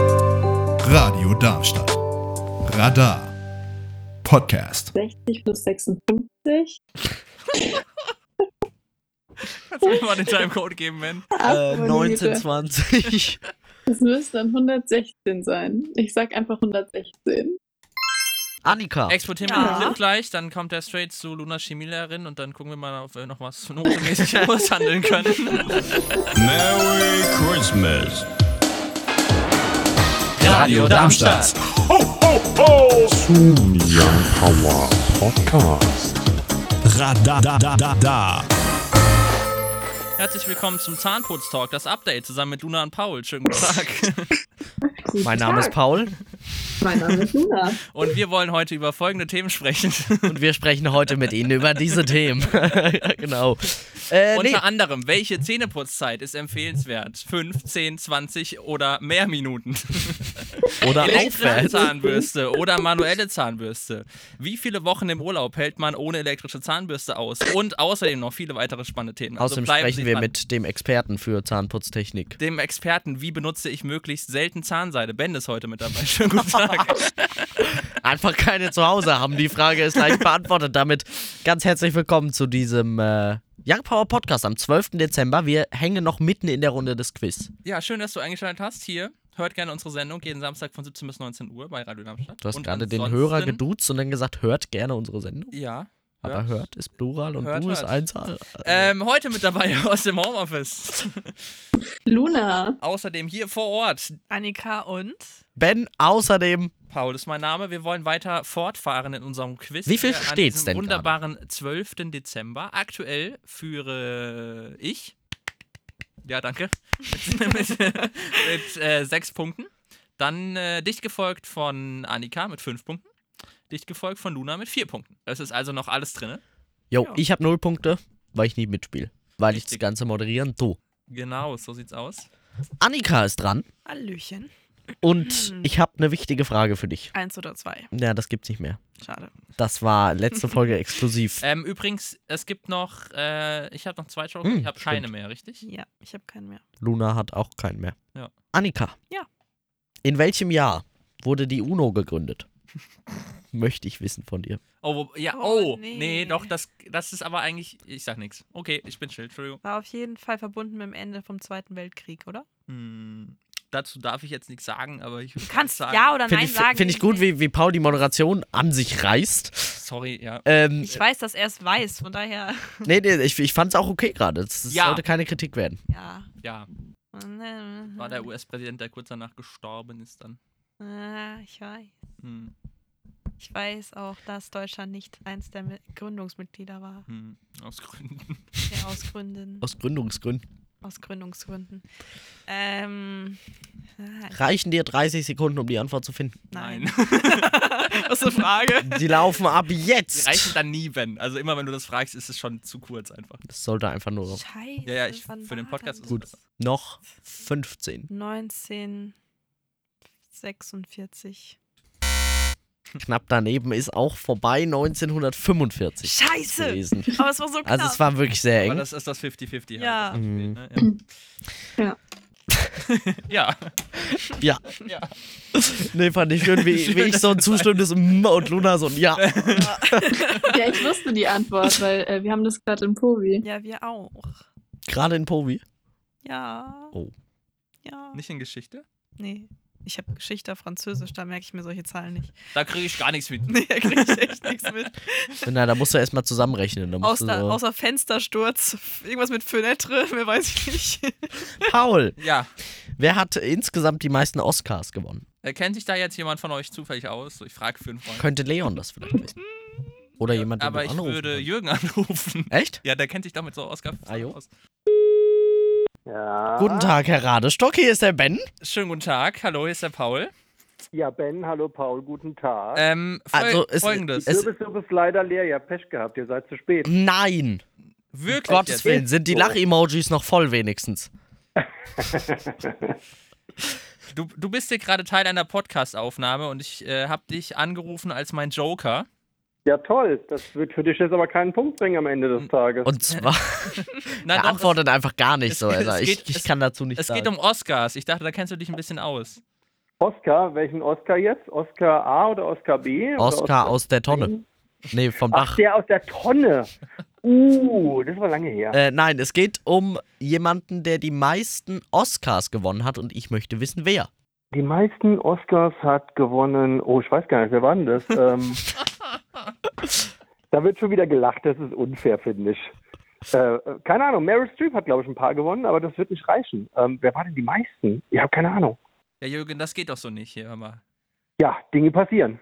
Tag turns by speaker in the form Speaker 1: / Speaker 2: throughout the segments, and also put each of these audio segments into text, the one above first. Speaker 1: Radio Darmstadt. Radar. Podcast.
Speaker 2: 60 plus 56.
Speaker 3: Kannst du mir mal den Timecode geben, Ben?
Speaker 4: Äh,
Speaker 2: abonnierte.
Speaker 4: 1920.
Speaker 2: Es müsste dann 116 sein. Ich sag einfach 116.
Speaker 4: Annika.
Speaker 3: Exportieren wir den Clip gleich, dann kommt er straight zu Luna Chemielehrerin und dann gucken wir mal, ob wir noch was notenmäßig aushandeln können.
Speaker 5: Merry Christmas.
Speaker 3: Radio Darmstadt.
Speaker 5: Radadadada.
Speaker 3: Herzlich willkommen zum Zahnputz-Talk, das Update zusammen mit Luna und Paul. Schönen guten Tag.
Speaker 2: Guten
Speaker 4: Mein Name ist
Speaker 2: Tag.
Speaker 4: Paul
Speaker 2: Mein Name ist Luna.
Speaker 3: Und wir wollen heute über folgende Themen sprechen.
Speaker 4: und wir sprechen heute mit Ihnen über diese Themen. genau. Äh, nee,
Speaker 3: Unter anderem, welche Zähneputzzeit ist empfehlenswert? 5, 10, 20 oder mehr Minuten?
Speaker 4: oder
Speaker 3: Elektrische
Speaker 4: aufwärts.
Speaker 3: Zahnbürste oder manuelle Zahnbürste? Wie viele Wochen im Urlaub hält man ohne elektrische Zahnbürste aus? Und außerdem noch viele weitere spannende Themen. Also
Speaker 4: Außerdem
Speaker 3: bleiben
Speaker 4: sprechen
Speaker 3: Sie
Speaker 4: wir
Speaker 3: dran.
Speaker 4: mit dem Experten für Zahnputztechnik.
Speaker 3: dem Experten, wie benutze ich möglichst selten Zahnseide? Ben ist heute mit dabei. Schönen guten Tag.
Speaker 4: Einfach keine zu Hause haben. Die Frage ist gleich beantwortet. Damit ganz herzlich willkommen zu diesem äh, Young Power Podcast am 12. Dezember. Wir hängen noch mitten in der Runde des Quiz.
Speaker 3: ja, schön, dass du eingeschaltet hast hier. Hört gerne unsere Sendung jeden Samstag von 17 bis 19 Uhr bei Radio Darmstadt.
Speaker 4: Du hast
Speaker 3: Und
Speaker 4: gerade den
Speaker 3: ansonsten-
Speaker 4: Hörer geduzt und dann gesagt, hört gerne unsere Sendung.
Speaker 3: Ja.
Speaker 4: Aber hört ist Plural und
Speaker 3: Hört,
Speaker 4: du ist
Speaker 3: hört.
Speaker 4: Einzahl.
Speaker 3: Ähm, heute mit dabei aus dem Homeoffice.
Speaker 2: Luna.
Speaker 3: Außerdem hier vor Ort.
Speaker 6: Annika und
Speaker 4: Ben, außerdem
Speaker 3: Paul ist mein Name. Wir wollen weiter fortfahren in unserem Quiz.
Speaker 4: Wie viel
Speaker 3: hier
Speaker 4: steht's
Speaker 3: an diesem
Speaker 4: denn
Speaker 3: wunderbaren 12. Dezember. Aktuell führe ich. Ja, danke. mit mit, mit äh, sechs Punkten. Dann äh, dicht gefolgt von Annika mit fünf Punkten. Dicht gefolgt von Luna mit vier Punkten. Es ist also noch alles drin.
Speaker 4: Jo,
Speaker 3: Ja.
Speaker 4: ich habe null Punkte, weil ich nie mitspiele. Weil ich das
Speaker 3: Richtig.
Speaker 4: Ganze moderieren tu.
Speaker 3: Genau, so sieht's aus.
Speaker 4: Annika ist dran
Speaker 6: Hallöchen.
Speaker 4: und
Speaker 6: Hm.
Speaker 4: ich habe eine wichtige Frage für dich.
Speaker 6: Eins oder zwei.
Speaker 4: Ja, das gibt's nicht mehr.
Speaker 6: Schade.
Speaker 4: Das war letzte Folge exklusiv.
Speaker 6: Äh.
Speaker 3: Ähm, übrigens, es gibt noch. Äh, ich habe noch zwei Joker.
Speaker 4: Hm,
Speaker 3: ich habe keine
Speaker 4: stimmt.
Speaker 3: mehr, richtig?
Speaker 6: Ja, ich habe keinen mehr.
Speaker 4: Luna hat auch keinen mehr.
Speaker 3: Ja.
Speaker 4: Annika.
Speaker 6: Ja.
Speaker 4: In welchem Jahr wurde die UNO gegründet? Möchte ich wissen von dir.
Speaker 3: Oh, wo, ja, oh,
Speaker 6: Oh,
Speaker 3: nee.
Speaker 6: nee.
Speaker 3: doch, das, das ist aber eigentlich. Ich sag nichts. Okay, ich bin still, Entschuldigung.
Speaker 6: War auf jeden Fall verbunden mit dem Ende vom Zweiten Weltkrieg, oder?
Speaker 3: Hm, dazu darf ich jetzt nichts sagen, aber ich.
Speaker 6: Du kannst
Speaker 3: sagen,
Speaker 6: ja oder
Speaker 4: Finde
Speaker 6: nein
Speaker 4: ich,
Speaker 6: sagen.
Speaker 4: find ich gut, wie, wie Paul die Moderation an sich reißt.
Speaker 3: Sorry, ja.
Speaker 4: Ähm,
Speaker 6: Ich weiß, dass er es weiß, von daher.
Speaker 4: nee, nee, ich, ich fand's auch okay gerade. Es es
Speaker 3: Ja.
Speaker 4: sollte keine Kritik werden.
Speaker 6: Ja.
Speaker 3: Ja, war
Speaker 6: War
Speaker 3: der US-Präsident, der kurz danach gestorben ist dann.
Speaker 6: Ah, Ich weiß.
Speaker 3: Hm,
Speaker 6: Ich weiß auch, dass Deutschland nicht eins der Mi- Gründungsmitglieder war.
Speaker 3: hm, aus Gründen.
Speaker 6: Ja, aus Gründen.
Speaker 4: Aus Gründungsgründen.
Speaker 6: Aus Gründungsgründen. Ähm. ah,
Speaker 4: Reichen dir 30 Sekunden, um die Antwort zu finden?
Speaker 6: Nein.
Speaker 3: Was eine Frage.
Speaker 4: Die laufen ab
Speaker 3: Die
Speaker 4: jetzt.
Speaker 3: reichen dann nie, wenn. Also immer, wenn du das fragst, ist es schon zu kurz einfach.
Speaker 4: Das sollte einfach nur
Speaker 6: Scheiße.
Speaker 3: Ja, ja, ich-
Speaker 6: wann
Speaker 3: für den
Speaker 6: war
Speaker 3: Podcast
Speaker 6: denn
Speaker 3: ist es
Speaker 6: das?
Speaker 4: noch 15.
Speaker 6: 1946.
Speaker 4: Knapp daneben ist auch vorbei 1945
Speaker 6: Scheiße!
Speaker 4: gewesen.
Speaker 6: Aber es war so knapp.
Speaker 4: Also es war wirklich sehr
Speaker 3: Aber
Speaker 4: eng.
Speaker 3: das ist das 50-50.
Speaker 6: Ja.
Speaker 3: halt,
Speaker 4: Mhm.
Speaker 3: das Spiel,
Speaker 2: Ja.
Speaker 3: ne? Ja.
Speaker 4: Ja.
Speaker 3: Ja.
Speaker 4: Nee, fand ich schön, wie, wie ich so ein zustimmendes Mm und Luna so ein Ja.
Speaker 2: Ja, ich wusste die Antwort, weil äh, wir haben das gerade im Povi.
Speaker 6: ja, wir auch.
Speaker 4: Gerade in Povi.
Speaker 6: Ja.
Speaker 4: Oh.
Speaker 6: Ja.
Speaker 3: Nicht in Geschichte?
Speaker 6: Nee. Ich habe Geschichte, Französisch, da merke ich mir solche Zahlen nicht.
Speaker 3: Da kriege ich gar nichts mit.
Speaker 6: Nee, da kriege ich echt nichts mit.
Speaker 4: Na, da musst du erstmal zusammenrechnen. Da musst du
Speaker 6: Außer,
Speaker 4: so.
Speaker 6: außer Fenstersturz, irgendwas mit Fenêtre, mehr weiß ich nicht.
Speaker 4: Paul,
Speaker 3: Ja.
Speaker 4: wer hat insgesamt die meisten Oscars gewonnen?
Speaker 3: Äh, Kennt sich da jetzt jemand von euch zufällig aus? So, ich frage für einen Freund.
Speaker 4: Könnte Leon das vielleicht wissen? Oder jemand, den
Speaker 3: Aber
Speaker 4: du
Speaker 3: ich
Speaker 4: anrufen
Speaker 3: würde
Speaker 4: kannst.
Speaker 3: Jürgen anrufen.
Speaker 4: Echt?
Speaker 3: Ja, der kennt sich damit so Oscar
Speaker 4: Ah, jo.
Speaker 3: aus.
Speaker 7: Ja.
Speaker 4: Guten Tag, Herr Radestock, hier ist der Ben.
Speaker 3: Schönen guten Tag. Hallo, hier ist der Paul.
Speaker 7: Ja, Ben, hallo Paul, guten Tag.
Speaker 3: Ähm, fol
Speaker 4: Also, es-
Speaker 3: folgendes.
Speaker 7: die
Speaker 4: es- Mhm.
Speaker 7: Kürbissuppe ist leider leer, ihr habt Pech gehabt, ihr seid zu spät.
Speaker 4: Nein,
Speaker 3: Wirklich.
Speaker 4: Gottes
Speaker 3: jetzt?
Speaker 4: Willen, sind die Lach-Emojis noch voll wenigstens.
Speaker 3: Du, du bist hier gerade Teil einer Podcast-Aufnahme und ich äh, habe dich angerufen als mein Joker.
Speaker 7: Ja, toll. Das wird für dich jetzt aber keinen Punkt bringen am Ende des Tages.
Speaker 4: Mhm. Und zwar,
Speaker 3: Nein,
Speaker 4: er
Speaker 3: doch,
Speaker 4: antwortet einfach gar nicht
Speaker 3: es-
Speaker 4: so. Also
Speaker 3: es
Speaker 4: ich,
Speaker 3: geht-
Speaker 4: ich kann dazu nicht
Speaker 3: es, es
Speaker 4: sagen.
Speaker 3: geht um Oscars. Ich dachte, da kennst du dich ein bisschen aus.
Speaker 7: Oscar, welchen Oscar jetzt? Oscar A oder Oscar B?
Speaker 3: um
Speaker 7: Oder
Speaker 4: Oscar aus der Tonne. Nee, vom
Speaker 7: Ach,
Speaker 4: Bach.
Speaker 7: der aus der Tonne. Uh, das war lange her.
Speaker 4: Äh, nein, es geht um jemanden, der die meisten Oscars gewonnen hat und ich möchte wissen, wer.
Speaker 7: Die meisten Oscars hat gewonnen. Oh, ich weiß gar nicht, wer war denn das? ähm, da wird schon wieder gelacht, das ist unfair, finde ich. Äh, keine Ahnung, Meryl Streep hat, glaube ich, ein paar gewonnen, aber das wird nicht reichen. Ähm, wer war denn die meisten? Ich habe keine Ahnung.
Speaker 3: Ja, Jürgen, das geht doch so nicht hier, hör mal.
Speaker 7: Ja, Dinge passieren.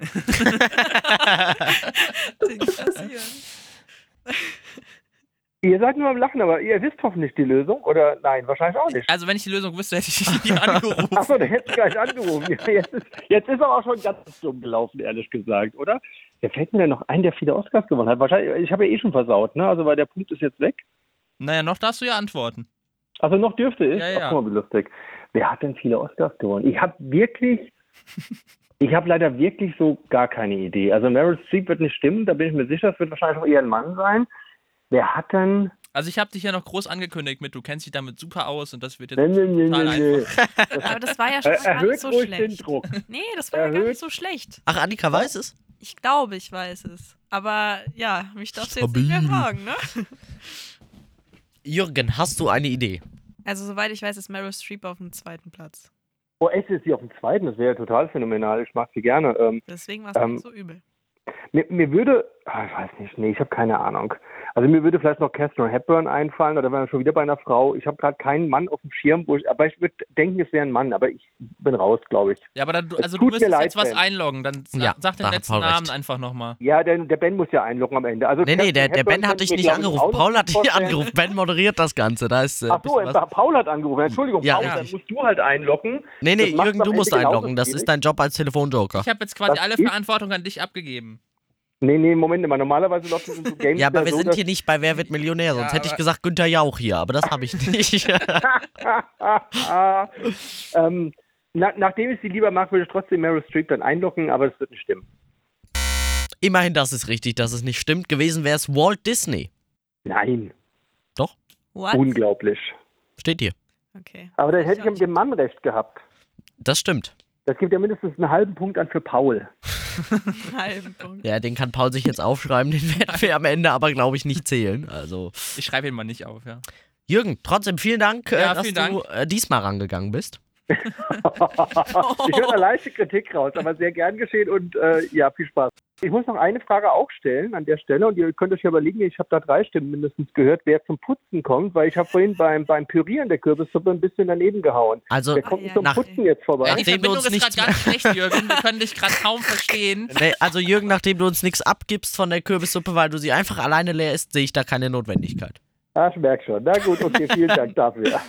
Speaker 7: Ihr seid nur am Lachen, aber ihr wisst hoffentlich die Lösung. Oder nein, wahrscheinlich auch nicht.
Speaker 3: Also, wenn ich die Lösung wüsste, hätte ich dich nie angerufen.
Speaker 7: Achso, der hätte gleich angerufen. Ja, jetzt, ist, jetzt ist aber auch schon ganz dumm gelaufen, ehrlich gesagt, oder? Wer fällt mir denn noch ein, der viele Oscars gewonnen hat? Wahrscheinlich, ich habe ja eh schon versaut, ne? Also, weil der Punkt ist jetzt weg.
Speaker 3: Naja, noch darfst du ja antworten.
Speaker 7: Also noch dürfte ich.
Speaker 3: Ja, ja.
Speaker 7: Ach, guck mal, wie lustig. Wer hat denn viele Oscars gewonnen? Ich habe wirklich, ich habe leider wirklich so gar keine Idee. Also Meryl Streep wird nicht stimmen, da bin ich mir sicher, es wird wahrscheinlich auch eher ein Mann sein. Wer hat denn?
Speaker 3: Also, ich habe dich ja noch groß angekündigt mit, du kennst dich damit super aus und das wird jetzt
Speaker 7: Nee, nee, nee,
Speaker 3: total
Speaker 7: nee, nee.
Speaker 3: einfach.
Speaker 6: Aber das war ja schon
Speaker 7: Er,
Speaker 6: mal gar nicht
Speaker 7: erhöht
Speaker 6: so
Speaker 7: ruhig den
Speaker 6: schlecht.
Speaker 7: Druck.
Speaker 6: Nee, das war ja gar
Speaker 7: Erhöht-
Speaker 6: nicht so schlecht.
Speaker 4: Ach, Annika weiß es?
Speaker 6: Ich glaube, ich weiß es. Aber ja, mich darfst du jetzt nicht mehr
Speaker 1: Stabil.
Speaker 6: fragen, ne?
Speaker 4: Jürgen, hast du eine Idee?
Speaker 6: Also, soweit ich weiß, ist Meryl Streep auf dem zweiten Platz.
Speaker 7: Oh, echt ist sie auf dem zweiten, das wäre ja total phänomenal. Ich mag sie gerne. Ähm,
Speaker 6: Deswegen war es
Speaker 7: Ähm,
Speaker 6: nicht so übel.
Speaker 7: mir, mir würde, ah, ich weiß nicht, nee, ich habe keine Ahnung. Also mir würde vielleicht noch Catherine Hepburn einfallen oder wären wir schon wieder bei einer Frau. Ich habe gerade keinen Mann auf dem Schirm, wo ich, aber ich würde denken, es wäre ein Mann, aber ich bin raus, glaube ich.
Speaker 3: Ja, aber dann, du-
Speaker 7: Es
Speaker 3: also du
Speaker 7: tut mir
Speaker 3: müsstest
Speaker 7: leid,
Speaker 3: jetzt was
Speaker 7: Ben.
Speaker 3: einloggen. Dann sa-
Speaker 4: Ja,
Speaker 3: sag den
Speaker 4: da hat
Speaker 3: letzten
Speaker 4: Paul recht.
Speaker 3: Namen einfach nochmal.
Speaker 7: Ja, der, der Ben muss ja einloggen am Ende. Also
Speaker 4: Nee, nee,
Speaker 7: Captain
Speaker 4: der, der
Speaker 7: Hepburn
Speaker 4: Ben hat
Speaker 7: könnte
Speaker 4: dich
Speaker 7: mir,
Speaker 4: nicht
Speaker 7: glaub ich, auch
Speaker 4: angerufen.
Speaker 7: noch
Speaker 4: Paul hat dich
Speaker 7: vorstellen.
Speaker 4: angerufen. Ben moderiert das Ganze. Da ist. Äh,
Speaker 7: Ach so,
Speaker 4: bisschen was.
Speaker 7: Paul hat angerufen. Entschuldigung,
Speaker 4: Ja.
Speaker 7: Paul,
Speaker 4: Ja.
Speaker 7: dann musst du halt einloggen.
Speaker 4: Nee, nee,
Speaker 7: Das macht's
Speaker 4: Jürgen,
Speaker 7: am
Speaker 4: du
Speaker 7: Ende
Speaker 4: musst
Speaker 7: genauso
Speaker 4: einloggen. Das
Speaker 7: schwierig.
Speaker 4: ist dein Job als Telefonjoker.
Speaker 3: Ich habe jetzt quasi
Speaker 7: Was
Speaker 3: alle
Speaker 7: ist-
Speaker 3: Verantwortung an dich abgegeben.
Speaker 7: Nee, nee, Moment mal. Normalerweise läuft das in so Games
Speaker 4: Ja, aber wir
Speaker 7: so,
Speaker 4: sind
Speaker 7: dass-
Speaker 4: hier nicht bei Wer wird Millionär, sonst
Speaker 3: Ja,
Speaker 4: hätte ich
Speaker 3: aber-
Speaker 4: gesagt Günther Jauch hier, aber das habe ich nicht.
Speaker 7: Ah, ähm, na, nachdem ich sie lieber mag, würde ich trotzdem Meryl Streep dann einloggen, aber das wird nicht stimmen.
Speaker 4: Immerhin, das ist richtig, dass es nicht stimmt. Gewesen wäre es Walt Disney.
Speaker 7: Nein,
Speaker 4: Doch,
Speaker 6: What?
Speaker 7: unglaublich.
Speaker 4: steht hier.
Speaker 6: Okay.
Speaker 7: Aber dann hätte
Speaker 6: Ich
Speaker 7: ich ja mit
Speaker 6: auch
Speaker 7: dem Mann recht gehabt.
Speaker 4: Das stimmt.
Speaker 7: Das gibt ja mindestens einen halben Punkt an für Paul.
Speaker 6: einen halben Punkt.
Speaker 4: Ja, den kann Paul sich jetzt aufschreiben, den werden wir am Ende aber, glaube ich, nicht zählen. Also,
Speaker 3: Ich schreibe ihn mal nicht auf, ja.
Speaker 4: Jürgen, trotzdem vielen Dank, äh,
Speaker 3: Ja,
Speaker 4: dass
Speaker 3: vielen
Speaker 4: du Äh, diesmal rangegangen bist.
Speaker 7: Ich höre da leichte Kritik raus, aber sehr gern geschehen und äh, ja, viel Spaß. Ich muss noch eine Frage auch stellen an der Stelle und ihr könnt euch ja überlegen, ich habe da drei Stimmen mindestens gehört, wer zum Putzen kommt, weil ich habe vorhin beim, beim Pürieren der Kürbissuppe ein bisschen daneben gehauen.
Speaker 4: Also,
Speaker 7: Wer kommt denn
Speaker 6: ja,
Speaker 7: zum
Speaker 4: nach-
Speaker 7: Putzen jetzt vorbei?
Speaker 3: die
Speaker 4: Nachdem wir
Speaker 3: Verbindung
Speaker 4: uns
Speaker 3: ist
Speaker 4: nicht
Speaker 3: gerade ganz schlecht, Jürgen. Wir können dich gerade kaum verstehen.
Speaker 4: nee, also Jürgen, nachdem du uns nichts abgibst von der Kürbissuppe, weil du sie einfach alleine leer isst, sehe ich da keine Notwendigkeit.
Speaker 7: Ah, ich merke schon. Na gut, okay, vielen Dank dafür.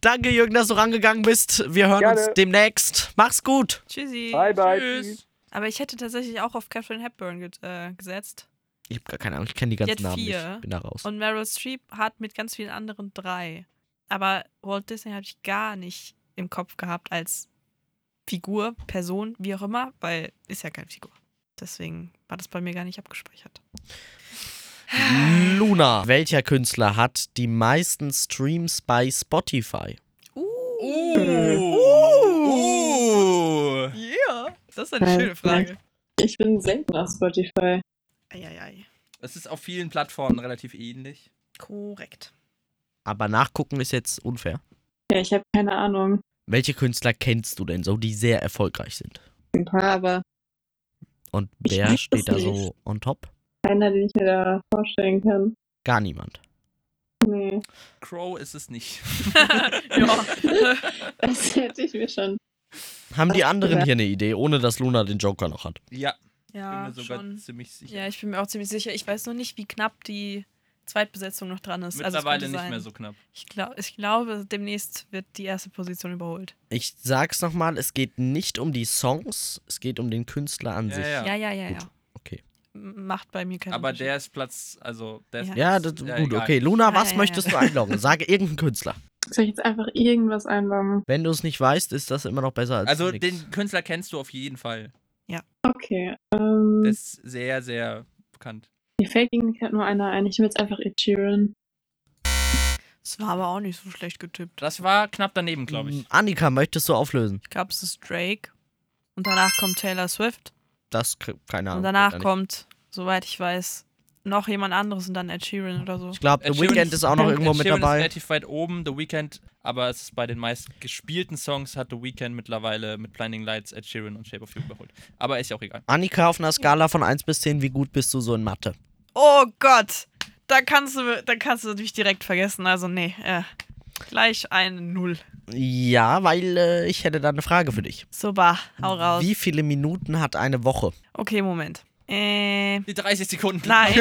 Speaker 4: Danke, Jürgen, dass du rangegangen bist. Wir hören
Speaker 7: Gerne.
Speaker 4: uns demnächst. Mach's gut.
Speaker 6: Tschüssi.
Speaker 7: Bye, bye.
Speaker 3: Tschüss.
Speaker 6: Aber ich hätte tatsächlich auch auf Catherine Hepburn ge äh, gesetzt.
Speaker 4: Ich habe gar keine Ahnung, ich kenne die ganzen
Speaker 6: Jetzt
Speaker 4: Namen
Speaker 6: vier.
Speaker 4: nicht. Bin da raus.
Speaker 6: Und Meryl Streep hat mit ganz vielen anderen drei. Aber Walt Disney habe ich gar nicht im Kopf gehabt als Figur, Person, wie auch immer, weil ist ja keine Figur. Deswegen war das bei mir gar nicht abgespeichert.
Speaker 4: Luna, welcher Künstler hat die meisten Streams bei Spotify?
Speaker 3: Uh. Uh.
Speaker 6: Yeah. Das ist eine schöne Frage.
Speaker 2: Ich bin selten auf Spotify.
Speaker 6: Eieiei.
Speaker 3: Es ist auf vielen Plattformen relativ ähnlich.
Speaker 6: Korrekt.
Speaker 4: Aber nachgucken ist jetzt unfair.
Speaker 2: Ja, ich habe keine Ahnung.
Speaker 4: Welche Künstler kennst du denn so, die sehr erfolgreich sind?
Speaker 2: Ein paar, aber
Speaker 4: Und
Speaker 2: Ich
Speaker 4: wer
Speaker 2: weiß es
Speaker 4: steht da
Speaker 2: nicht.
Speaker 4: so on top?
Speaker 2: keiner, den ich mir da vorstellen kann.
Speaker 4: Gar niemand.
Speaker 2: Nee.
Speaker 3: Crow ist es nicht.
Speaker 2: Das hätte ich mir schon.
Speaker 4: Haben die
Speaker 2: Ach,
Speaker 4: anderen
Speaker 2: wer-
Speaker 4: hier eine Idee, ohne dass Luna den Joker noch hat?
Speaker 3: Ja,
Speaker 6: Ja,
Speaker 3: bin mir sogar
Speaker 6: schon.
Speaker 3: ziemlich sicher.
Speaker 6: Ja, ich bin mir auch ziemlich sicher. Ich weiß nur nicht, wie knapp die Zweitbesetzung noch dran ist. also es
Speaker 3: Mittlerweile
Speaker 6: könnte
Speaker 3: nicht
Speaker 6: sein.
Speaker 3: mehr so knapp.
Speaker 6: Ich, glaub, ich glaube, demnächst wird die erste Position überholt.
Speaker 4: Ich sag's nochmal, es geht nicht um die Songs, es geht um den Künstler an
Speaker 3: Ja,
Speaker 4: sich.
Speaker 3: ja.
Speaker 6: Ja, ja, ja, ja.
Speaker 4: Gut, okay.
Speaker 6: M- Macht bei mir keinen
Speaker 3: Aber
Speaker 6: Unterschied.
Speaker 3: der ist Platz, also der ist
Speaker 6: Ja.
Speaker 4: Ja, das,
Speaker 3: Ja,
Speaker 4: gut,
Speaker 3: egal.
Speaker 4: okay. Luna, was
Speaker 6: Ja, ja,
Speaker 4: möchtest
Speaker 6: ja.
Speaker 4: du einloggen? Sage irgendeinen Künstler.
Speaker 2: Soll ich jetzt einfach irgendwas einbauen?
Speaker 4: Wenn du es nicht weißt, ist das immer noch besser als
Speaker 3: Also
Speaker 4: nix.
Speaker 3: den Künstler kennst du auf jeden Fall.
Speaker 6: Mhm.
Speaker 2: Okay. Ähm,
Speaker 3: Der ist sehr, sehr bekannt.
Speaker 2: Mir fällt irgendwie gerade nur einer ein. Ich will jetzt einfach Ed Sheeran.
Speaker 6: Es war aber auch nicht so schlecht getippt.
Speaker 3: Das war knapp daneben, glaube
Speaker 6: Mhm.
Speaker 3: ich.
Speaker 4: Mm, Annika, möchtest du auflösen?
Speaker 6: Ich glaube, es ist Drake. Und danach kommt Taylor Swift.
Speaker 4: Das, krie- keine Ahnung.
Speaker 6: und danach
Speaker 4: geht da nicht.
Speaker 6: kommt, soweit ich weiß, noch jemand anderes und dann Ed Sheeran oder so.
Speaker 4: Ich glaube,
Speaker 3: Ed
Speaker 4: The
Speaker 3: Sheeran
Speaker 4: Weeknd ist auch noch
Speaker 2: Ed
Speaker 4: irgendwo
Speaker 3: Ed
Speaker 4: mit
Speaker 3: Sheeran Ist
Speaker 4: dabei.
Speaker 3: relativ weit oben, The Weeknd, aber es ist bei den meistgespielten Songs hat The Weeknd mittlerweile mit Blinding Lights, Ed Sheeran und Shape of You überholt. Aber ist ja auch egal.
Speaker 4: Annika, auf einer Skala von 1 bis 10, wie gut bist du so in Mathe?
Speaker 6: Oh Gott! Da kannst du, da kannst du natürlich direkt vergessen. Also, nee. Äh, gleich eine Null.
Speaker 4: Ja, weil äh, ich hätte da eine Frage für dich.
Speaker 6: Super, hau raus.
Speaker 4: Wie viele Minuten hat eine Woche?
Speaker 6: Okay, Moment. Äh,
Speaker 3: Die 30 Sekunden.
Speaker 6: nein.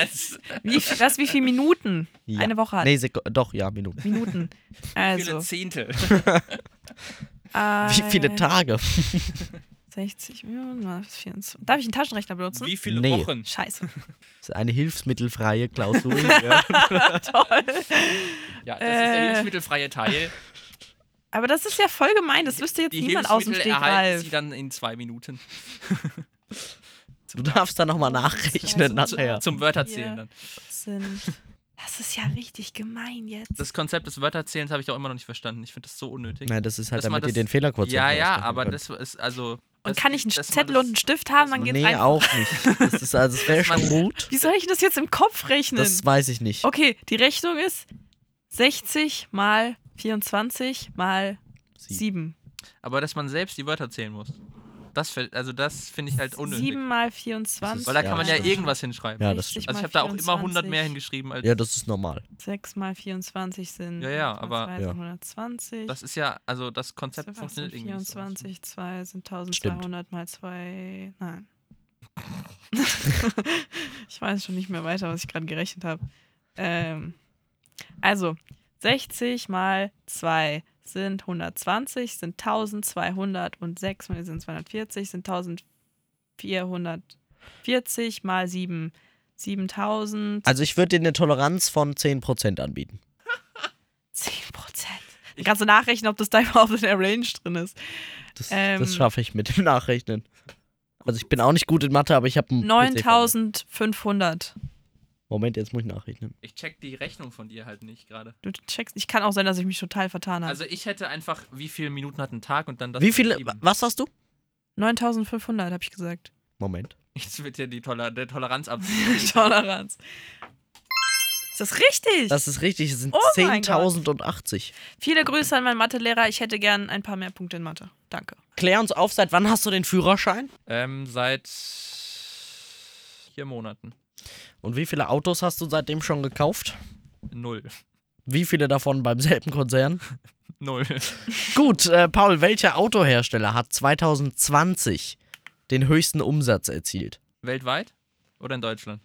Speaker 3: yes.
Speaker 6: wie, viel- was, wie viele Minuten
Speaker 4: Ja.
Speaker 6: eine Woche hat?
Speaker 4: Nee, Sek doch, ja, Minuten.
Speaker 6: Minuten.
Speaker 3: Viele
Speaker 6: Also.
Speaker 3: Zehntel.
Speaker 4: Wie viele
Speaker 6: ein-
Speaker 4: Tage?
Speaker 6: 60, 24. Darf ich einen Taschenrechner benutzen?
Speaker 3: Wie viele
Speaker 4: Nee.
Speaker 3: Wochen?
Speaker 6: Scheiße.
Speaker 4: Das ist eine hilfsmittelfreie Klausur. ja.
Speaker 6: Toll.
Speaker 3: Ja, das ist der
Speaker 6: Äh.
Speaker 3: hilfsmittelfreie Teil.
Speaker 6: Aber das ist ja voll gemein. Das wüsste jetzt
Speaker 3: Die
Speaker 6: niemand aus dem
Speaker 3: Hilfsmittel erhalten sie
Speaker 6: Stegreif.
Speaker 3: dann in zwei Minuten.
Speaker 4: Du darfst da nochmal nachrechnen
Speaker 6: Das ist
Speaker 4: nachher.
Speaker 3: Zum Wörterzählen
Speaker 6: Ja.
Speaker 3: dann.
Speaker 6: Sind. Das ist ja richtig gemein jetzt.
Speaker 3: Das Konzept des Wörterzählens habe ich auch immer noch nicht verstanden. Ich finde das so unnötig.
Speaker 4: Nein, das ist halt,
Speaker 3: Dass man
Speaker 4: damit ihr
Speaker 3: das-
Speaker 4: den Fehlerquote
Speaker 3: ja, ja, aber das ist also.
Speaker 6: Und
Speaker 3: das-
Speaker 6: kann ich einen
Speaker 3: dass man
Speaker 6: Zettel
Speaker 3: das-
Speaker 6: und einen Stift haben, dann geht's
Speaker 4: Nee,
Speaker 6: einfach.
Speaker 4: auch nicht. Das ist also, das wäre
Speaker 3: Dass man-
Speaker 4: schon gut.
Speaker 6: Wie soll ich das jetzt im Kopf rechnen?
Speaker 4: Das weiß ich nicht.
Speaker 6: okay, die Rechnung ist 60 mal 24 mal 7.
Speaker 3: Aber dass man selbst die Wörter zählen muss. Das fällt, also das finde ich halt
Speaker 6: 7,
Speaker 3: unnötig.
Speaker 6: mal 24.
Speaker 3: Weil da
Speaker 4: Ja,
Speaker 3: kann man ja
Speaker 4: das stimmt.
Speaker 3: irgendwas hinschreiben.
Speaker 4: Ja, das stimmt.
Speaker 3: also ich habe da auch immer 100 mehr hingeschrieben als
Speaker 4: Ja, das ist normal.
Speaker 6: 6 mal 24 sind
Speaker 3: Ja, ja, aber-
Speaker 6: 120,
Speaker 4: Ja.
Speaker 6: 120.
Speaker 3: Das ist ja, also das Konzept
Speaker 6: Sind was
Speaker 3: funktioniert
Speaker 6: sind
Speaker 3: irgendwie nicht. so. ne?
Speaker 6: 24, 2 sind 1200 mal 2. Nein. ich weiß schon nicht mehr weiter, was ich gerade gerechnet habe. Ähm, also, 60 mal 2 sind 120, sind 1200 und 6 mal sind 240, sind 1440 mal 7. 7000,
Speaker 4: Also ich würde dir eine Toleranz von 10% anbieten.
Speaker 6: 10 Prozent. Kannst du nachrechnen, ob das da überhaupt in der Range drin ist?
Speaker 4: Das,
Speaker 6: Ähm.
Speaker 4: das schaffe ich mit dem Nachrechnen. Also ich bin auch nicht gut in Mathe, aber ich habe einen PC vor mir.
Speaker 6: 9500.
Speaker 4: Moment, jetzt muss ich nachrechnen.
Speaker 3: Ich check die Rechnung von dir halt nicht gerade.
Speaker 6: Du checkst. Ich kann auch sein, dass ich mich total vertan habe.
Speaker 3: Also ich hätte einfach, wie viele Minuten hat ein Tag und dann das.
Speaker 4: Wie viele,
Speaker 3: geschrieben.
Speaker 4: was hast du?
Speaker 6: 9500 habe ich gesagt.
Speaker 4: Moment.
Speaker 3: Jetzt wird ja die Toler der Toleranz ab.
Speaker 6: Toleranz. Ist das richtig?
Speaker 4: Das ist richtig, es sind
Speaker 6: Oh mein
Speaker 4: 10.080.
Speaker 6: Viele Grüße an meinen Mathelehrer. Ich hätte gern ein paar mehr Punkte in Mathe. Danke.
Speaker 4: Klär uns auf, seit wann hast du den Führerschein?
Speaker 3: ähm, seit vier Monaten.
Speaker 4: Und wie viele Autos hast du seitdem schon gekauft?
Speaker 3: Null.
Speaker 4: Wie viele davon beim selben Konzern?
Speaker 3: Null.
Speaker 4: Gut, äh, Paul, welcher Autohersteller hat 2020 den höchsten Umsatz erzielt?
Speaker 3: Weltweit? Oder in Deutschland?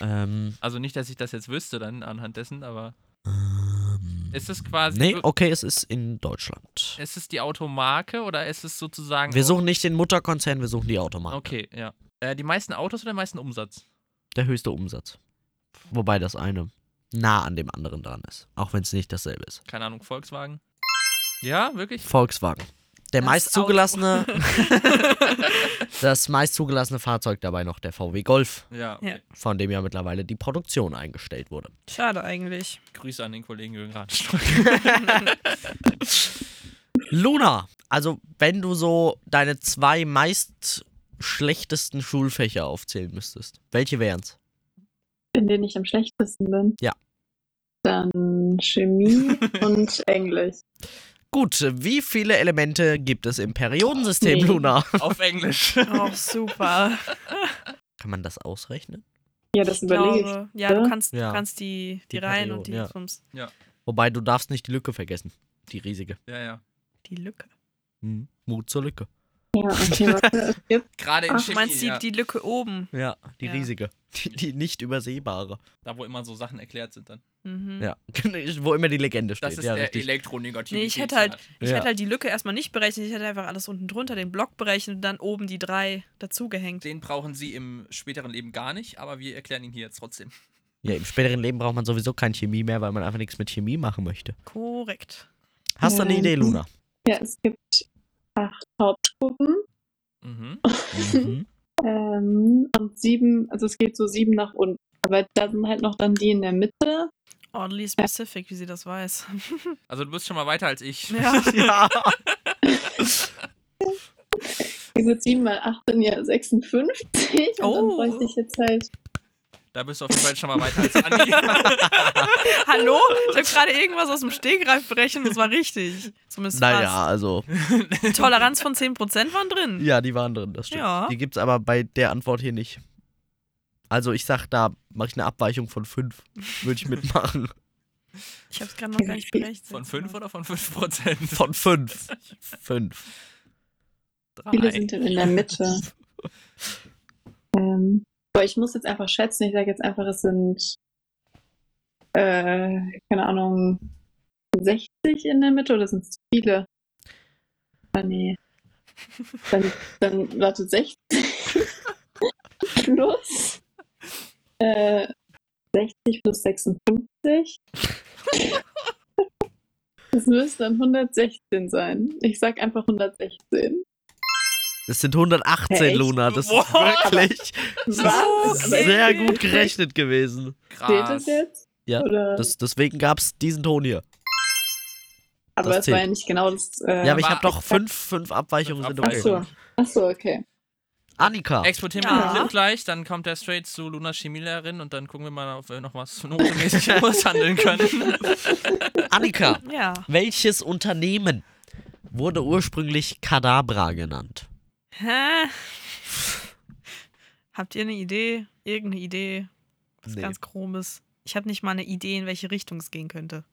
Speaker 4: Ähm,
Speaker 3: Also nicht, dass ich das jetzt wüsste dann anhand dessen, aber. Ist es
Speaker 6: Also
Speaker 3: quasi.
Speaker 4: nee, okay, es ist in Deutschland.
Speaker 3: Ist es die Automarke oder ist es sozusagen.
Speaker 4: Wir suchen nicht den Mutterkonzern, wir suchen die Automarke.
Speaker 3: Okay, ja. Äh, die meisten Autos oder den meisten Umsatz?
Speaker 4: Der höchste Umsatz. Wobei das eine nah an dem anderen dran ist, auch wenn es nicht dasselbe ist.
Speaker 3: Keine Ahnung, Volkswagen. Ja, wirklich?
Speaker 4: Volkswagen. Der
Speaker 6: Das
Speaker 4: meist
Speaker 6: Auto.
Speaker 4: zugelassene das meist zugelassene Fahrzeug dabei noch der VW Golf,
Speaker 3: Ja. Okay.
Speaker 6: Ja.
Speaker 4: von dem ja mittlerweile die Produktion eingestellt wurde.
Speaker 6: Schade eigentlich.
Speaker 3: Grüße an den Kollegen Jürgen Rath.
Speaker 4: Luna, also wenn du so deine zwei meist schlechtesten Schulfächer aufzählen müsstest, welche wären's?
Speaker 2: In denen ich am schlechtesten bin.
Speaker 4: Ja.
Speaker 2: Dann Chemie und Englisch.
Speaker 4: Gut, wie viele Elemente gibt es im Periodensystem,
Speaker 2: Nee.
Speaker 4: Luna?
Speaker 3: Auf Englisch.
Speaker 6: Auch Oh, super.
Speaker 4: Kann man das ausrechnen?
Speaker 2: Ja, das überlege ich.
Speaker 6: Glaube, ja, du
Speaker 2: Ja.
Speaker 6: kannst,
Speaker 4: Ja.
Speaker 6: Du kannst die, die,
Speaker 4: Die
Speaker 6: Reihen und die
Speaker 4: Perioden, ja.
Speaker 6: Dingsbums-
Speaker 4: Wobei du darfst nicht die Lücke vergessen, die riesige.
Speaker 3: Ja, ja.
Speaker 6: Die Lücke.
Speaker 4: Hm. Mut zur Lücke.
Speaker 2: Ja, okay, warte. Es gibt
Speaker 3: Gerade in
Speaker 2: Ach,
Speaker 6: Du
Speaker 3: Chemie.
Speaker 6: meinst die,
Speaker 3: ja.
Speaker 6: die Lücke oben.
Speaker 4: Ja, die
Speaker 6: Ja.
Speaker 4: riesige, die, die nicht übersehbare.
Speaker 3: Da, wo immer so Sachen erklärt sind dann.
Speaker 6: Mhm.
Speaker 4: Ja, wo immer die Legende steht.
Speaker 3: Das ist
Speaker 4: ja,
Speaker 3: der
Speaker 4: richtig.
Speaker 3: Elektronegativität.
Speaker 6: Nee, ich hätte halt- Ich
Speaker 4: Ja.
Speaker 6: hätte halt die Lücke erstmal nicht berechnet. Ich hätte einfach alles unten drunter, den Block berechnet und dann oben die drei dazugehängt.
Speaker 3: Den brauchen sie im späteren Leben gar nicht, aber wir erklären ihn hier jetzt trotzdem.
Speaker 4: ja, Im späteren Leben braucht man sowieso keine Chemie mehr, weil man einfach nichts mit Chemie machen möchte.
Speaker 6: Korrekt.
Speaker 4: Hast du eine
Speaker 2: Ähm,
Speaker 4: Idee, Luna?
Speaker 2: Ja, es gibt acht Hauptgruppen
Speaker 3: Mhm.
Speaker 4: Mhm.
Speaker 2: Ähm, und sieben, also es geht so sieben nach unten. Aber da sind halt noch dann die in der Mitte.
Speaker 6: Oddly specific, wie sie das weiß.
Speaker 3: Also du bist schon mal weiter als ich.
Speaker 6: ja.
Speaker 4: Ja.
Speaker 2: Diese sieben mal acht sind ja 56. Und dann
Speaker 6: Oh.
Speaker 2: bräuchte ich jetzt halt.
Speaker 3: Da bist du auf jeden Fall schon mal weiter als Andi.
Speaker 6: Hallo? Ich habe gerade irgendwas aus dem Stegreif berechnet, das war richtig. Zumindest
Speaker 4: Naja, also.
Speaker 6: fast. Toleranz von 10% waren drin.
Speaker 4: Ja, die waren drin, das stimmt.
Speaker 6: Ja.
Speaker 4: Die gibt's aber bei der Antwort hier nicht. Also ich sag, da mache ich eine Abweichung von 5. Würde ich mitmachen.
Speaker 6: Ich habe es gerade noch gar nicht berechnet.
Speaker 3: Von 5 oder von 5 Prozent?
Speaker 4: Von 5. 5.
Speaker 2: Wie viele sind denn in der Mitte? ähm, aber ich muss jetzt einfach schätzen. Ich sage jetzt einfach, es sind. Äh, keine Ahnung. 60 in der Mitte oder sind es zu viele? Ah, nee. Dann, dann lautet 60 plus äh, 60 plus 56. Das müsste dann 116 sein. Ich sag einfach 116.
Speaker 4: Es sind 118,
Speaker 2: Echt?
Speaker 4: Luna. Das ist
Speaker 3: What?
Speaker 4: wirklich Ah,
Speaker 2: Was?
Speaker 4: sehr gut gerechnet gewesen.
Speaker 2: Steht das
Speaker 3: Krass.
Speaker 2: jetzt?
Speaker 4: Ja,
Speaker 2: Oder?
Speaker 4: Das, deswegen gab's diesen Ton hier.
Speaker 2: aber
Speaker 4: das
Speaker 2: es war
Speaker 4: zählt.
Speaker 2: ja nicht genau das. Äh,
Speaker 4: Ja, aber ich
Speaker 3: aber
Speaker 4: habe doch fünf, fünf Abweichungen sind
Speaker 3: Fünf
Speaker 4: okay.
Speaker 2: Achso. Achso, okay.
Speaker 4: Annika.
Speaker 3: Exportieren wir
Speaker 6: Ja.
Speaker 3: den Clip gleich, dann kommt er straight zu Lunas Chemielehrerin und dann gucken wir mal, ob wir noch was notmäßig aushandeln können.
Speaker 4: Annika,
Speaker 6: Ja.
Speaker 4: welches Unternehmen wurde ursprünglich Kadabra genannt?
Speaker 6: Hä? Habt ihr eine Idee? Irgendeine Idee? Was
Speaker 4: Nee.
Speaker 6: ganz Grobes. Ich habe nicht mal eine Idee, in welche Richtung es gehen könnte.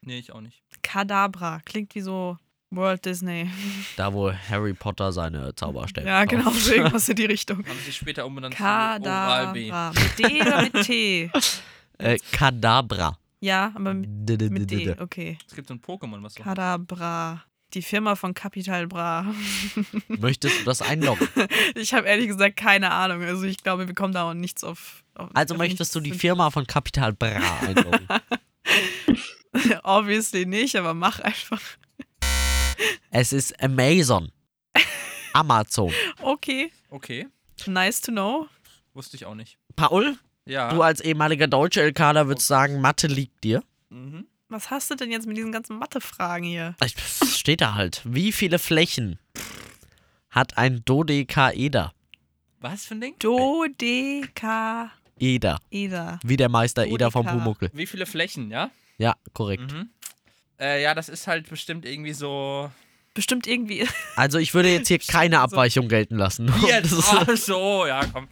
Speaker 3: Nee, ich auch nicht.
Speaker 6: Kadabra. Klingt wie so World Disney.
Speaker 4: Da, wo Harry Potter seine Zauberstäbe
Speaker 6: Ja, genau,
Speaker 4: kauft.
Speaker 6: so irgendwas in die Richtung.
Speaker 3: Haben sich später umbenannt zu Oral-B.
Speaker 6: Kadabra. Mit D oder mit T?
Speaker 4: Äh, Kadabra.
Speaker 6: Ja, aber mit,
Speaker 4: D- d- d-
Speaker 6: Ähm, mit
Speaker 4: d-
Speaker 6: D.
Speaker 4: d-
Speaker 6: Okay.
Speaker 3: Es gibt so ein Pokémon, was so heißt.
Speaker 6: Kadabra. Die Firma von Capital Bra.
Speaker 4: Möchtest du das einloggen?
Speaker 6: Ich habe ehrlich gesagt keine Ahnung. Also ich glaube, wir kommen da auch nichts auf. auf
Speaker 4: Also
Speaker 6: auf
Speaker 4: möchtest du die
Speaker 6: nichts
Speaker 4: Firma von Capital Bra einloggen?
Speaker 6: Obviously nicht, aber mach einfach.
Speaker 4: es ist Amazon. Amazon.
Speaker 6: Okay.
Speaker 3: Okay,
Speaker 6: Nice to know.
Speaker 3: wusste ich auch nicht.
Speaker 4: Paul,
Speaker 3: Ja.
Speaker 4: du als ehemaliger deutscher LKler würdest sagen, Mathe liegt dir.
Speaker 3: mhm.
Speaker 6: Was hast du denn jetzt mit diesen ganzen Mathe-Fragen hier?
Speaker 4: Ich- pff, Steht da halt. Wie viele Flächen hat ein Dodekaeder?
Speaker 3: Was für ein Ding?
Speaker 6: Dodekaeder.
Speaker 4: Eder. Wie der Meister Eder vom
Speaker 6: Dodeka.
Speaker 4: Pumuckel.
Speaker 3: Wie viele Flächen, ja?
Speaker 4: Ja, korrekt.
Speaker 3: Mhm. Äh, ja, das ist halt bestimmt irgendwie so.
Speaker 6: Bestimmt irgendwie.
Speaker 4: Also ich würde jetzt hier keine Abweichung gelten lassen. Das ist-
Speaker 3: Ach so, ja, komm.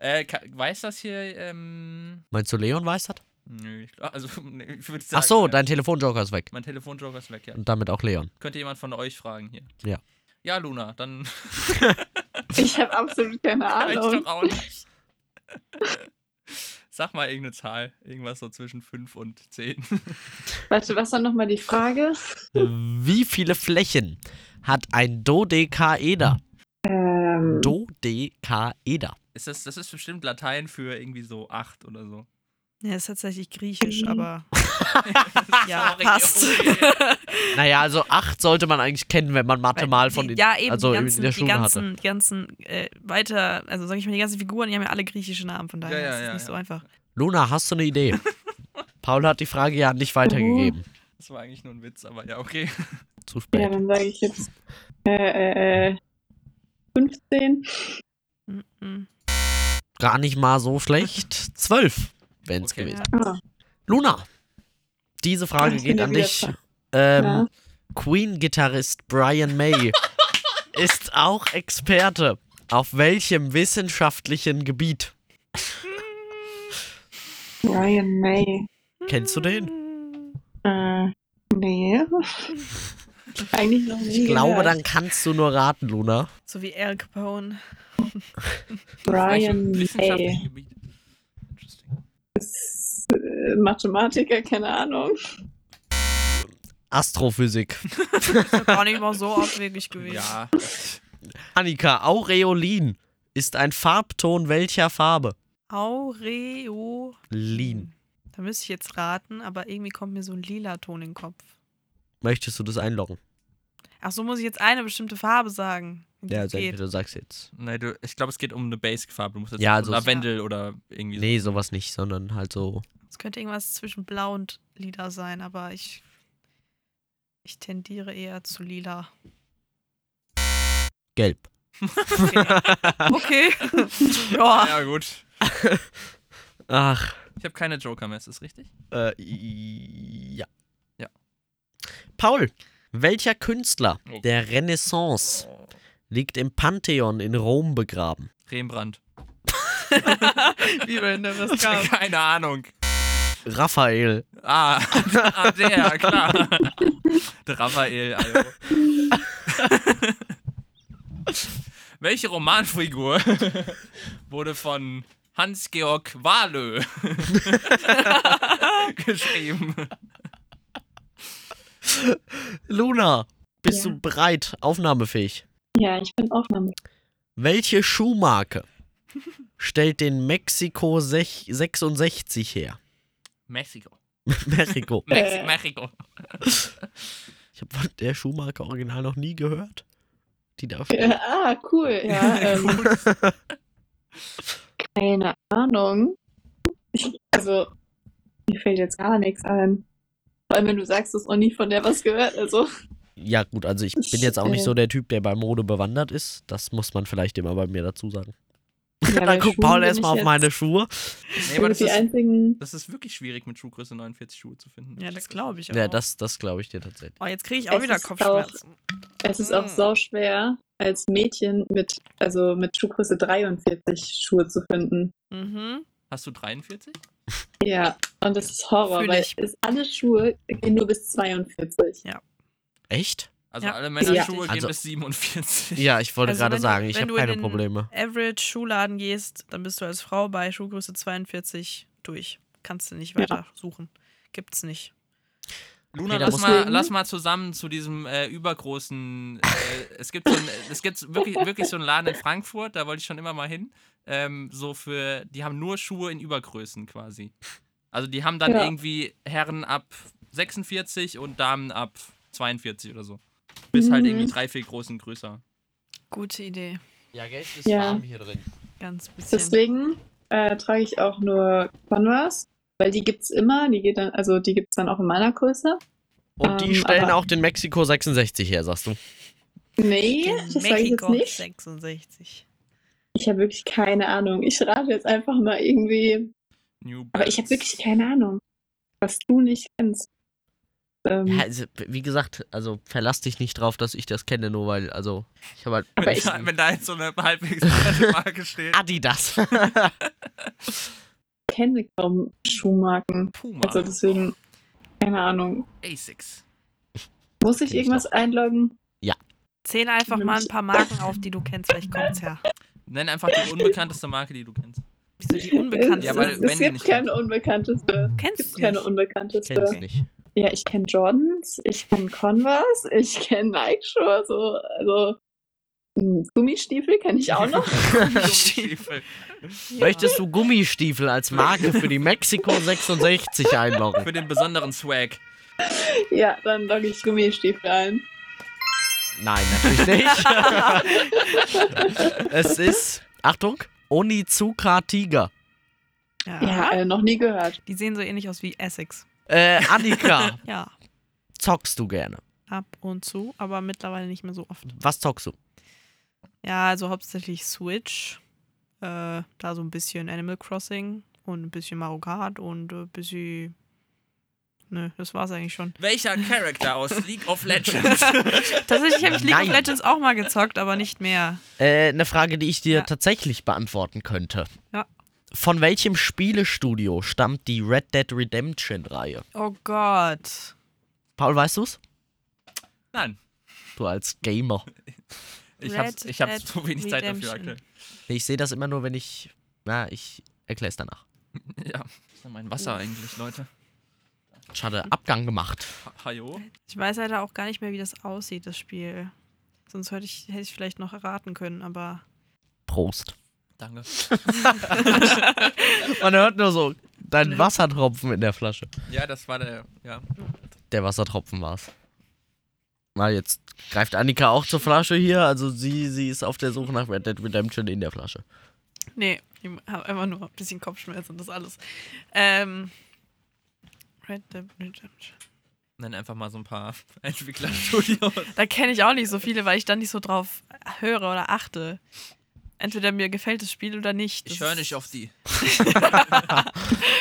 Speaker 3: Äh, ka- weiß das hier? Ähm,
Speaker 4: Meinst du, Leon weiß das?
Speaker 3: nö, ich, glaub- also, nee, ich würde sagen.
Speaker 4: Ach so,
Speaker 3: ja.
Speaker 4: dein Telefonjoker ist weg.
Speaker 3: Mein Telefonjoker ist weg, ja.
Speaker 4: Und damit auch Leon.
Speaker 3: Könnte jemand von euch fragen hier?
Speaker 4: Ja.
Speaker 3: Ja, Luna, dann.
Speaker 2: Ich habe absolut keine
Speaker 3: Kann ich doch
Speaker 2: Ahnung.
Speaker 3: auch nicht. Sag mal irgendeine Zahl. Irgendwas so zwischen 5 und 10.
Speaker 2: Warte, was war nochmal die Frage?
Speaker 4: Wie viele Flächen hat ein Dodekaeder?
Speaker 2: Ähm,
Speaker 4: Dodekaeder.
Speaker 3: Ist das, das ist bestimmt Latein für irgendwie so 8 oder so.
Speaker 6: Ja, ist tatsächlich griechisch,
Speaker 2: Mhm.
Speaker 6: aber. ja,
Speaker 3: Sorry,
Speaker 6: passt.
Speaker 3: okay.
Speaker 4: Naja, also acht sollte man eigentlich kennen, wenn man Mathe mal von
Speaker 6: die,
Speaker 4: den,
Speaker 6: ja, eben,
Speaker 4: also
Speaker 6: die ganzen,
Speaker 4: in der
Speaker 6: die
Speaker 4: Schule
Speaker 6: ganzen,
Speaker 4: hatte.
Speaker 6: die ganzen äh, weiter, also sag ich mal, die ganzen Figuren, die haben ja alle griechische Namen, von daher
Speaker 3: Ja, ja,
Speaker 6: ist es
Speaker 3: ja,
Speaker 6: nicht
Speaker 3: ja.
Speaker 6: so einfach.
Speaker 4: Luna, hast du eine Idee? Paul hat die Frage ja nicht weitergegeben.
Speaker 3: Das war eigentlich nur ein Witz, aber ja, okay.
Speaker 4: Zu
Speaker 2: Uh, ja,
Speaker 4: spät.
Speaker 2: dann sage ich jetzt äh, äh, äh, 15.
Speaker 6: Mhm.
Speaker 4: Gar nicht mal so schlecht. Zwölf wären es
Speaker 3: Okay.
Speaker 4: gewesen.
Speaker 2: Ah,
Speaker 4: Luna, diese Frage
Speaker 2: Ich bin
Speaker 4: geht
Speaker 2: ja
Speaker 4: an
Speaker 2: wieder
Speaker 4: dich.
Speaker 2: dran.
Speaker 4: Ähm,
Speaker 2: Ja.
Speaker 4: Queen-Gitarrist Brian May ist auch Experte. Auf welchem wissenschaftlichen Gebiet?
Speaker 2: Ryan May.
Speaker 4: Kennst du den?
Speaker 2: Hm, Äh, nee. Eigentlich noch nie.
Speaker 4: Ich glaube,
Speaker 2: gehört.
Speaker 4: dann kannst du nur raten, Luna.
Speaker 6: So wie Al Capone.
Speaker 2: Brian
Speaker 3: Wissenschaftlichen
Speaker 2: May.
Speaker 3: Gebiet. Interesting.
Speaker 2: Ist, äh, Mathematiker, keine Ahnung.
Speaker 4: Astrophysik.
Speaker 6: Ist doch Gar nicht mal so abwegig gewesen.
Speaker 3: Ja,
Speaker 4: Annika, Aureolin ist ein Farbton welcher Farbe?
Speaker 6: Aureo.
Speaker 4: Lin.
Speaker 6: Da müsste ich jetzt raten, aber irgendwie kommt mir so ein lila Ton in den Kopf.
Speaker 4: Möchtest du das einloggen?
Speaker 6: Ach so, muss ich jetzt eine bestimmte Farbe sagen. die
Speaker 4: Ja,
Speaker 6: es
Speaker 4: also
Speaker 6: geht.
Speaker 4: entweder du sagst jetzt.
Speaker 3: Nein, du, ich glaube, es geht um eine Basic-Farbe. Du musst jetzt
Speaker 4: Ja,
Speaker 3: nicht
Speaker 4: also-
Speaker 3: Lavendel oder irgendwie
Speaker 4: Nee, sowas nicht, sondern halt so.
Speaker 6: Es könnte irgendwas zwischen blau und lila sein, aber ich, ich tendiere eher zu lila.
Speaker 4: Gelb.
Speaker 6: Okay.
Speaker 3: so.
Speaker 6: ja.
Speaker 3: Ja, gut.
Speaker 4: Ach.
Speaker 3: Ich habe keine Joker mehr, ist das richtig?
Speaker 4: Äh, ja.
Speaker 3: Ja.
Speaker 4: Paul, welcher Künstler
Speaker 3: Oh.
Speaker 4: der Renaissance
Speaker 6: Oh.
Speaker 4: liegt im Pantheon in Rom begraben?
Speaker 3: Rembrandt.
Speaker 6: Wie wenn der was gab.
Speaker 3: Keine Ahnung.
Speaker 4: Raphael.
Speaker 3: Ah, ah der, klar. der Raphael, also. Welche Romanfigur wurde von Hans-Georg Wahlö geschrieben?
Speaker 4: Luna, bist
Speaker 2: Ja.
Speaker 4: du bereit, aufnahmefähig?
Speaker 2: Ja, ich bin Aufnahme.
Speaker 4: Welche Schuhmarke stellt den Mexiko sech- 66 her?
Speaker 3: Mexiko.
Speaker 4: Mexiko.
Speaker 3: Mex
Speaker 2: Äh.
Speaker 3: Mexiko.
Speaker 4: Ich habe von der Schuhmarke original noch nie gehört. Die darf.
Speaker 2: Äh, ah, cool. Ja, ähm, keine Ahnung. Ich, also, mir fällt jetzt gar nichts ein. Vor allem, wenn du sagst, du hast noch nie von der was gehört. Also,
Speaker 4: Ja, gut, also ich bin jetzt auch nicht so der Typ, der bei Mode bewandert ist. Das muss man vielleicht immer bei mir dazu sagen.
Speaker 2: ja, bei
Speaker 4: Dann guckt
Speaker 2: Schuhen
Speaker 4: Paul
Speaker 2: bin
Speaker 4: erstmal
Speaker 2: ich
Speaker 4: auf meine
Speaker 2: jetzt-
Speaker 4: Schuhe.
Speaker 3: Nee,
Speaker 2: sind
Speaker 3: aber das
Speaker 2: die
Speaker 3: ist,
Speaker 2: einzigen.
Speaker 3: das ist wirklich schwierig, mit Schuhgröße 49 Schuhe zu finden.
Speaker 6: Ja, das glaube ich auch.
Speaker 4: Ja, das, das glaube ich dir tatsächlich.
Speaker 6: oh, jetzt kriege ich auch
Speaker 2: Es
Speaker 6: wieder
Speaker 2: ist auch-
Speaker 6: Kopfschmerzen.
Speaker 2: Es ist auch
Speaker 6: Mhm.
Speaker 2: sauschwer, als Mädchen mit, also mit Schuhgröße 43 Schuhe zu finden.
Speaker 6: Mhm.
Speaker 3: Hast du 43?
Speaker 2: Ja, und das ist Horror,
Speaker 6: Fühl
Speaker 2: weil
Speaker 6: ich.
Speaker 2: es, alle Schuhe gehen nur bis 42.
Speaker 4: Echt?
Speaker 3: Also
Speaker 6: Ja.
Speaker 3: alle Männerschuhe
Speaker 6: Ja.
Speaker 3: gehen
Speaker 4: Also-
Speaker 3: bis 47.
Speaker 4: Ja, ich wollte
Speaker 6: Also
Speaker 4: gerade
Speaker 6: wenn du-
Speaker 4: sagen, ich
Speaker 6: wenn
Speaker 4: habe
Speaker 6: du in
Speaker 4: keine
Speaker 6: den-
Speaker 4: Probleme.
Speaker 6: Average Schuhladen gehst, dann bist du als Frau bei Schuhgröße 42 durch. Kannst du nicht weiter suchen. Gibt's nicht.
Speaker 3: Luna,
Speaker 4: Okay, da
Speaker 3: lass,
Speaker 4: muss
Speaker 3: mal,
Speaker 2: man-
Speaker 3: lass mal zusammen zu diesem äh, übergroßen. Äh, es gibt, so ein, es gibt wirklich, wirklich so einen Laden in Frankfurt, da wollte ich schon immer mal hin. Ähm, so für, die haben nur Schuhe in Übergrößen quasi. Also die haben dann
Speaker 2: Ja.
Speaker 3: irgendwie Herren ab 46 und Damen ab 42 oder so. Bis halt
Speaker 2: Mhm.
Speaker 3: irgendwie drei, vier großen größer.
Speaker 6: Gute Idee.
Speaker 4: Ja, Geld ist
Speaker 2: Ja. warm
Speaker 4: hier drin.
Speaker 6: Ganz bisschen.
Speaker 2: Deswegen äh, trage ich auch nur Converse, weil die gibt's immer, die geht dann, also die gibt's dann auch in meiner Größe.
Speaker 4: Und die
Speaker 2: Ähm,
Speaker 4: stellen
Speaker 2: aber-
Speaker 4: auch den Mexiko 66 her, sagst du.
Speaker 2: Nee,
Speaker 6: Den
Speaker 2: das sage ich jetzt
Speaker 6: Mexiko
Speaker 2: nicht.
Speaker 6: 66.
Speaker 2: Ich habe wirklich keine Ahnung. Ich rate jetzt einfach mal irgendwie.
Speaker 3: New
Speaker 2: Aber ich habe
Speaker 3: Balance.
Speaker 2: wirklich keine Ahnung, was du nicht kennst. Ähm,
Speaker 4: Ja, also, wie gesagt, also verlass dich nicht drauf, dass ich das kenne, nur weil, also, ich habe halt
Speaker 2: Aber
Speaker 3: Wenn
Speaker 2: ich-
Speaker 3: da, wenn da jetzt so eine halbwegs breite Marke steht.
Speaker 4: Adidas.
Speaker 2: ich kenne kaum Schuhmarken.
Speaker 3: Puma.
Speaker 2: Also deswegen, keine Ahnung.
Speaker 3: Asics.
Speaker 2: Muss ich
Speaker 4: Kenn ich
Speaker 2: irgendwas einloggen?
Speaker 6: Zähl einfach
Speaker 2: Nimm
Speaker 6: mal
Speaker 2: ich-
Speaker 6: ein paar Marken auf, die du kennst. Vielleicht kommt's her.
Speaker 3: Nenn einfach die unbekannteste Marke, die du kennst.
Speaker 6: Wieso die unbekannte?
Speaker 3: Ja,
Speaker 2: es,
Speaker 3: weil-
Speaker 2: es,
Speaker 3: wenn
Speaker 2: es
Speaker 3: die
Speaker 2: gibt
Speaker 3: nicht
Speaker 2: keine unbekannteste.
Speaker 6: Kennst
Speaker 2: Es gibt
Speaker 6: du
Speaker 2: keine
Speaker 6: nicht?
Speaker 4: Kenn's
Speaker 2: unbekannteste.
Speaker 4: nicht.
Speaker 2: Ja, ich kenne Jordans, ich kenne Converse, ich kenne Nike-Schuhe, so, also hm, Gummistiefel kenne ich auch noch.
Speaker 3: Stiefel.
Speaker 4: Möchtest du Gummistiefel als Marke für die Mexiko 66 einloggen?
Speaker 3: Für den besonderen Swag.
Speaker 2: ja, dann logge ich Gummistiefel ein.
Speaker 4: Nein, natürlich nicht. es ist, Achtung, Onizuka Tiger.
Speaker 6: Ja.
Speaker 2: Ja, äh, noch nie gehört.
Speaker 6: Die sehen so ähnlich aus wie Essex.
Speaker 4: Äh, Annika,
Speaker 6: Ja,
Speaker 4: zockst du gerne?
Speaker 6: ab und zu, aber mittlerweile nicht mehr so oft.
Speaker 4: Was zockst du?
Speaker 6: Ja, also hauptsächlich Switch. Äh, da so ein bisschen Animal Crossing und ein bisschen Mario Kart und äh, ein bisschen. Nö, das war's eigentlich schon.
Speaker 3: Welcher Charakter aus League of Legends?
Speaker 6: Tatsächlich habe ich League
Speaker 4: Nein.
Speaker 6: of Legends auch mal gezockt, aber nicht mehr.
Speaker 4: Äh, eine Frage, die ich dir
Speaker 6: Ja.
Speaker 4: tatsächlich beantworten könnte.
Speaker 6: Ja.
Speaker 4: Von welchem Spielestudio stammt die Red Dead Redemption Reihe?
Speaker 6: Oh Gott.
Speaker 4: Paul, weißt du's?
Speaker 3: Nein.
Speaker 4: Du als Gamer.
Speaker 3: Ich
Speaker 6: Red
Speaker 3: habe ich hab
Speaker 6: Dead
Speaker 3: zu wenig Zeit dafür aktuell.
Speaker 6: Redemption.
Speaker 4: Nee, Ich sehe das immer nur, wenn ich. Na, ich erkläre es danach.
Speaker 3: Ja. Ist ja mein Wasser eigentlich, Leute.
Speaker 4: Schade, Abgang gemacht.
Speaker 3: Ha- Hallo?
Speaker 6: Ich weiß leider auch gar nicht mehr, wie das aussieht, das Spiel. Sonst hätte ich, hätte ich vielleicht noch erraten können, aber.
Speaker 4: Prost.
Speaker 3: Danke.
Speaker 4: Man hört nur so deinen Wassertropfen in der Flasche.
Speaker 3: Ja, das war der. Ja.
Speaker 4: Der Wassertropfen war's. Na, jetzt Greift Annika auch zur Flasche hier? Also sie, sie ist auf der Suche nach Red Dead Redemption in der Flasche.
Speaker 6: Nee, ich habe einfach nur ein bisschen Kopfschmerzen, das alles. Ähm, Red Dead Redemption.
Speaker 3: Nenn einfach mal so ein paar Entwicklerstudios.
Speaker 6: Da kenne ich auch nicht so viele, weil ich dann nicht so drauf höre oder achte. Entweder mir gefällt das Spiel oder nicht.
Speaker 3: Ich
Speaker 6: Das
Speaker 3: höre
Speaker 6: ist-
Speaker 3: nicht auf die.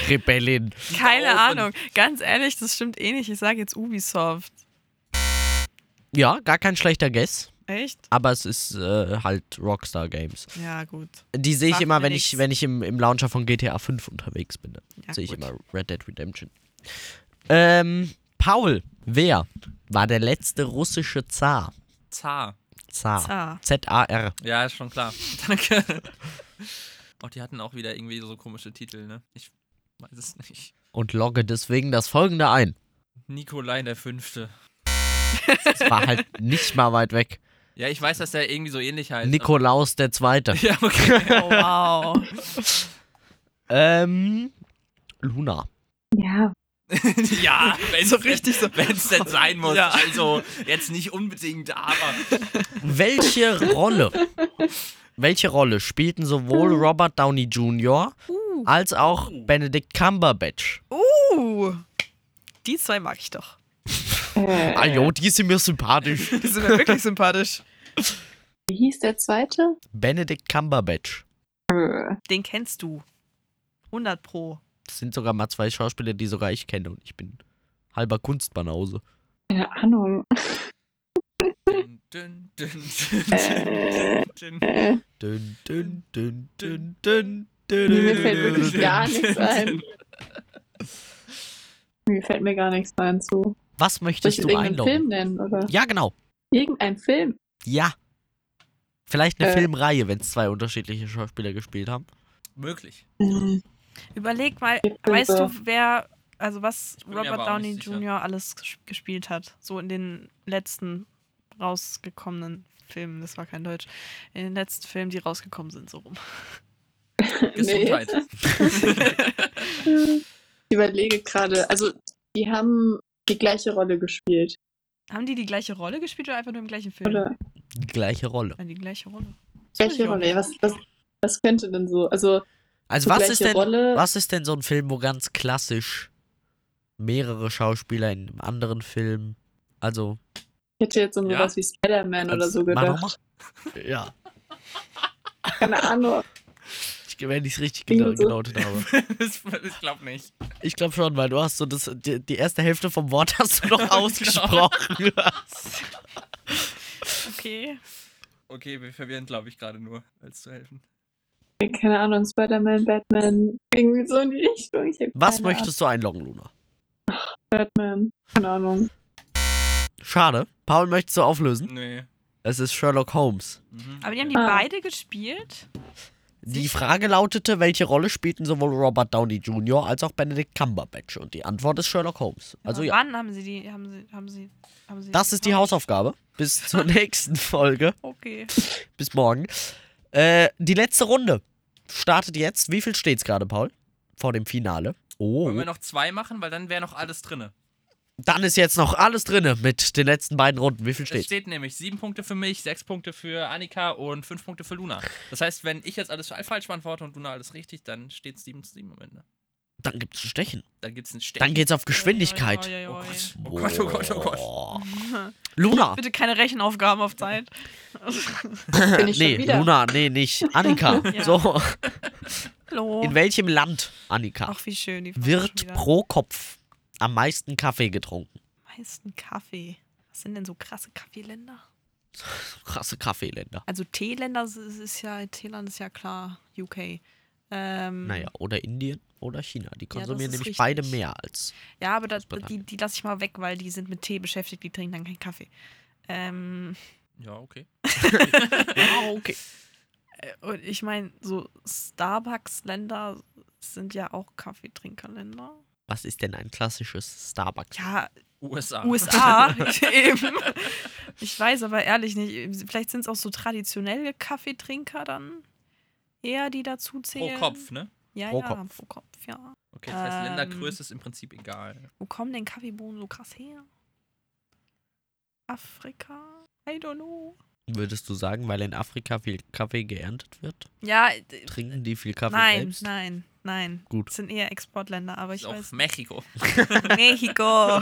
Speaker 4: Rebellin.
Speaker 6: Keine
Speaker 3: auf und-
Speaker 6: Ahnung. Ganz ehrlich, das stimmt eh nicht. Ich sage jetzt Ubisoft.
Speaker 4: Ja, gar kein schlechter Guess.
Speaker 6: Echt?
Speaker 4: Aber es ist äh, halt Rockstar Games.
Speaker 6: Ja, gut.
Speaker 4: Die sehe ich
Speaker 6: Macht
Speaker 4: immer,
Speaker 6: mir
Speaker 4: wenn
Speaker 6: nichts.
Speaker 4: ich, wenn ich im, im Launcher von GTA 5 unterwegs bin.
Speaker 6: Ja,
Speaker 4: sehe ich
Speaker 6: gut.
Speaker 4: immer Red Dead Redemption. Ähm, Paul, wer war der letzte russische Zar?
Speaker 3: Zar.
Speaker 4: Zar.
Speaker 6: Ah.
Speaker 4: Z-A-R.
Speaker 3: Ja, ist schon klar. Danke. Oh, die hatten auch wieder irgendwie so komische Titel, ne? Ich weiß es nicht.
Speaker 4: Und logge deswegen das folgende ein.
Speaker 3: Nikolai der Fünfte.
Speaker 4: Es war halt nicht mal weit weg.
Speaker 3: Ja, ich weiß, dass der irgendwie so ähnlich heißt.
Speaker 4: Nikolaus der Zweite.
Speaker 3: Ja, okay.
Speaker 6: Oh, wow.
Speaker 4: Ähm, Luna.
Speaker 2: Ja,
Speaker 3: ja, wenn's, so richtig so. Wenn es denn sein muss.
Speaker 6: Ja.
Speaker 3: Also, jetzt nicht unbedingt, aber.
Speaker 4: Welche Rolle? Welche Rolle spielten sowohl
Speaker 2: Uh.
Speaker 4: Robert Downey Jr. als auch Benedict Cumberbatch?
Speaker 2: Äh.
Speaker 6: Uh, die zwei mag ich doch.
Speaker 2: äh,
Speaker 4: Ah jo, die sind mir sympathisch.
Speaker 6: Die sind mir wirklich sympathisch.
Speaker 2: wie hieß der zweite?
Speaker 4: Benedict Cumberbatch.
Speaker 2: Äh,
Speaker 6: Den kennst du. 100 Pro.
Speaker 4: Das sind sogar mal zwei Schauspieler, die sogar ich kenne und ich bin halber Kunstbanause.
Speaker 2: Keine Ahnung.
Speaker 3: Dün, dün, dün, dün,
Speaker 2: Äh.
Speaker 3: dün, dün.
Speaker 2: Äh,
Speaker 4: Dün, dün, dün, dün, dün,
Speaker 2: nee,
Speaker 4: dün,
Speaker 2: mir
Speaker 4: dün,
Speaker 2: fällt
Speaker 4: dün,
Speaker 2: wirklich
Speaker 4: dün.
Speaker 2: gar nichts ein. Mir fällt mir gar nichts ein zu.
Speaker 4: Was
Speaker 2: Soll ich
Speaker 4: möchtest
Speaker 2: jetzt
Speaker 4: du
Speaker 2: irgendeinen Film
Speaker 4: einloggen?
Speaker 2: nennen? Oder?
Speaker 4: Ja, genau.
Speaker 2: Irgendein Film.
Speaker 4: Ja. Vielleicht eine
Speaker 2: Äh.
Speaker 4: Filmreihe, wenn es zwei unterschiedliche Schauspieler gespielt haben.
Speaker 3: Möglich.
Speaker 2: Hm,
Speaker 6: Überleg mal,
Speaker 2: Bitte.
Speaker 6: weißt du, wer, also was
Speaker 3: Ich bin mir aber
Speaker 6: Robert
Speaker 3: auch
Speaker 6: Downey
Speaker 3: nicht sicher.
Speaker 6: Jr. alles ges- gespielt hat? So in den letzten rausgekommenen Filmen, das war kein Deutsch. In den letzten Filmen, die rausgekommen sind, so rum.
Speaker 3: Gesundheit.
Speaker 2: Ich überlege gerade. Also, die haben die gleiche Rolle gespielt.
Speaker 6: Haben die die gleiche Rolle gespielt oder einfach nur im gleichen Film?
Speaker 2: Oder
Speaker 4: Die gleiche Rolle.
Speaker 6: Nein, die gleiche Rolle. Das weiß ich
Speaker 2: welche
Speaker 6: auch
Speaker 2: Rolle?
Speaker 6: nicht.
Speaker 2: Was, was, was könnte denn so? Also,
Speaker 4: Also
Speaker 2: die
Speaker 4: was
Speaker 2: gleiche
Speaker 4: ist, denn,
Speaker 2: Rolle.
Speaker 4: was ist denn so ein Film, wo ganz klassisch mehrere Schauspieler in einem anderen Film, also...
Speaker 2: Ich hätte jetzt um
Speaker 3: Ja.
Speaker 2: sowas wie Spider-Man oder
Speaker 4: als-
Speaker 2: so
Speaker 4: Mach
Speaker 2: gedacht.
Speaker 4: nochmal. Ja,
Speaker 2: Keine Ahnung.
Speaker 4: ich, wenn ich es richtig
Speaker 2: Klingt
Speaker 4: geda-
Speaker 2: so.
Speaker 4: gedeutet habe.
Speaker 3: Das- ich glaube nicht.
Speaker 4: Ich glaube schon, weil du hast so das, die, die erste Hälfte vom Wort hast du
Speaker 2: Genau.
Speaker 4: noch ausgesprochen.
Speaker 6: Okay.
Speaker 3: Okay, wir verwirren, glaube ich, gerade nur, als zu helfen.
Speaker 2: Keine Ahnung, Spider-Man, Batman, irgendwie so in die Richtung. Ich hab
Speaker 4: Was
Speaker 2: keine
Speaker 4: möchtest du einloggen, Luna?
Speaker 2: Ahnung, Batman. Keine Ahnung.
Speaker 4: Schade. Paul, möchtest du auflösen?
Speaker 3: Nee.
Speaker 4: Es ist Sherlock Holmes.
Speaker 3: Mhm.
Speaker 6: Aber die haben die
Speaker 2: Ah.
Speaker 6: beide gespielt?
Speaker 4: Die Frage lautete, welche Rolle spielten sowohl Robert Downey Jr. als auch Benedict Cumberbatch? Und die Antwort ist Sherlock Holmes. Also
Speaker 6: Aber
Speaker 4: ja,
Speaker 6: Äh, Wann haben sie die, haben sie, haben sie, haben sie
Speaker 4: das ist die Hausaufgabe. Bis zur nächsten Folge.
Speaker 6: Okay.
Speaker 4: Bis morgen. Äh, die letzte Runde startet jetzt. Wie viel steht's gerade, Paul? Vor dem Finale. Oh.
Speaker 3: Wollen wir noch zwei machen, weil dann wäre noch alles drinne.
Speaker 4: Dann ist jetzt noch alles drinne mit den letzten beiden Runden. Wie viel
Speaker 3: Es
Speaker 4: steht's?
Speaker 3: steht nämlich sieben Punkte für mich, sechs Punkte für Annika und fünf Punkte für Luna. Das heißt, wenn ich jetzt alles falsch beantworte und Luna alles richtig, dann steht 7 zu 7 am Ende.
Speaker 4: Dann gibt's ein Stechen.
Speaker 3: Dann gibt's einen Stern.
Speaker 4: Dann geht's auf Geschwindigkeit.
Speaker 6: Oi, oi, oi,
Speaker 3: Oh
Speaker 6: oi.
Speaker 3: Gott. Oh Gott, oh Gott, oh Gott. Ah.
Speaker 4: Boah. Luna.
Speaker 6: Bitte keine Rechenaufgaben auf Zeit.
Speaker 2: Bin ich
Speaker 4: Äh, Nee,
Speaker 2: schon wieder.
Speaker 4: Luna, nee, nicht. Annika.
Speaker 6: Ja.
Speaker 4: So,
Speaker 6: Hallo.
Speaker 4: in welchem Land, Annika,
Speaker 6: Ach, wie schön. Die Frau schon
Speaker 4: wird
Speaker 6: wieder.
Speaker 4: pro Kopf am meisten Kaffee getrunken?
Speaker 6: meisten Kaffee. Was sind denn so krasse Kaffeeländer?
Speaker 4: Krasse Kaffeeländer.
Speaker 6: Also Teeländer ist- ist ist ja, Teeland ist ja klar, UK. Ähm,
Speaker 4: Naja, oder Indien oder China. Die
Speaker 6: das
Speaker 4: konsumieren
Speaker 6: ist
Speaker 4: nämlich
Speaker 6: richtig.
Speaker 4: beide mehr als.
Speaker 6: Ja, aber das, die,
Speaker 4: Großbritannien.
Speaker 6: die lasse ich mal weg, weil die sind mit Tee beschäftigt, die trinken dann keinen Kaffee. Ähm,
Speaker 3: Ja, okay.
Speaker 4: Ah, okay.
Speaker 6: äh, und ich meine, so Starbucks-Länder sind ja auch Kaffeetrinkerländer.
Speaker 4: Was ist denn ein klassisches Starbucks?
Speaker 6: Ja,
Speaker 3: USA.
Speaker 6: USA eben. Ich weiß aber ehrlich nicht, vielleicht sind es auch so traditionelle Kaffeetrinker dann eher, die dazu
Speaker 3: Pro
Speaker 6: zählen.
Speaker 3: Kopf, ne?
Speaker 6: Ja,
Speaker 4: Pro
Speaker 6: ja,
Speaker 4: Kopf.
Speaker 6: pro Kopf, ja.
Speaker 3: Okay, das heißt,
Speaker 6: Ähm.
Speaker 3: Ländergröße ist im Prinzip egal.
Speaker 6: Wo kommen denn Kaffeebohnen so krass her? Afrika? I don't know.
Speaker 4: Würdest du sagen, weil in Afrika viel Kaffee geerntet wird?
Speaker 6: Ja, d-
Speaker 4: Trinken die viel Kaffee
Speaker 6: Äh, nein,
Speaker 4: selbst?
Speaker 6: nein, nein.
Speaker 4: Gut.
Speaker 6: Das sind eher Exportländer, aber ich
Speaker 3: auf
Speaker 6: weiß.
Speaker 3: Mexiko.
Speaker 6: Mexiko.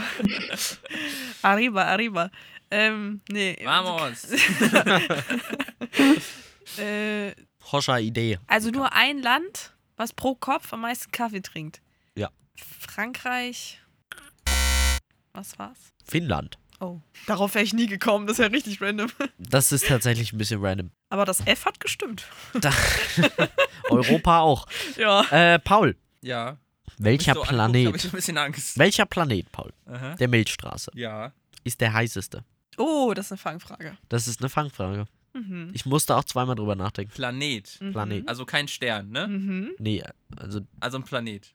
Speaker 6: arriba, arriba. Ähm, nee.
Speaker 3: Vamos.
Speaker 6: Äh,
Speaker 4: Hoscher Idee.
Speaker 6: also nur ein Land, was pro Kopf am meisten Kaffee trinkt.
Speaker 4: Ja.
Speaker 6: Frankreich. Was war's?
Speaker 4: Finnland.
Speaker 6: Oh. Darauf wäre ich nie gekommen, das ist ja richtig random.
Speaker 4: Das ist tatsächlich ein bisschen random.
Speaker 6: Aber das F hat gestimmt.
Speaker 4: Da Europa auch.
Speaker 6: Ja.
Speaker 4: Äh, Paul,
Speaker 3: Ja.
Speaker 4: welcher
Speaker 3: Mich so
Speaker 4: Planet?
Speaker 3: Habe ich ein bisschen Angst.
Speaker 4: Welcher Planet, Paul?
Speaker 3: Aha.
Speaker 4: Der Milchstraße
Speaker 3: Ja.
Speaker 4: ist der heißeste.
Speaker 6: Oh, das ist eine Fangfrage.
Speaker 4: Das ist eine Fangfrage.
Speaker 6: Mhm.
Speaker 4: Ich musste auch zweimal drüber nachdenken.
Speaker 3: Planet.
Speaker 6: Mhm.
Speaker 4: Planet.
Speaker 3: Also kein Stern, ne?
Speaker 6: Mhm.
Speaker 4: Nee, also
Speaker 3: Also ein Planet.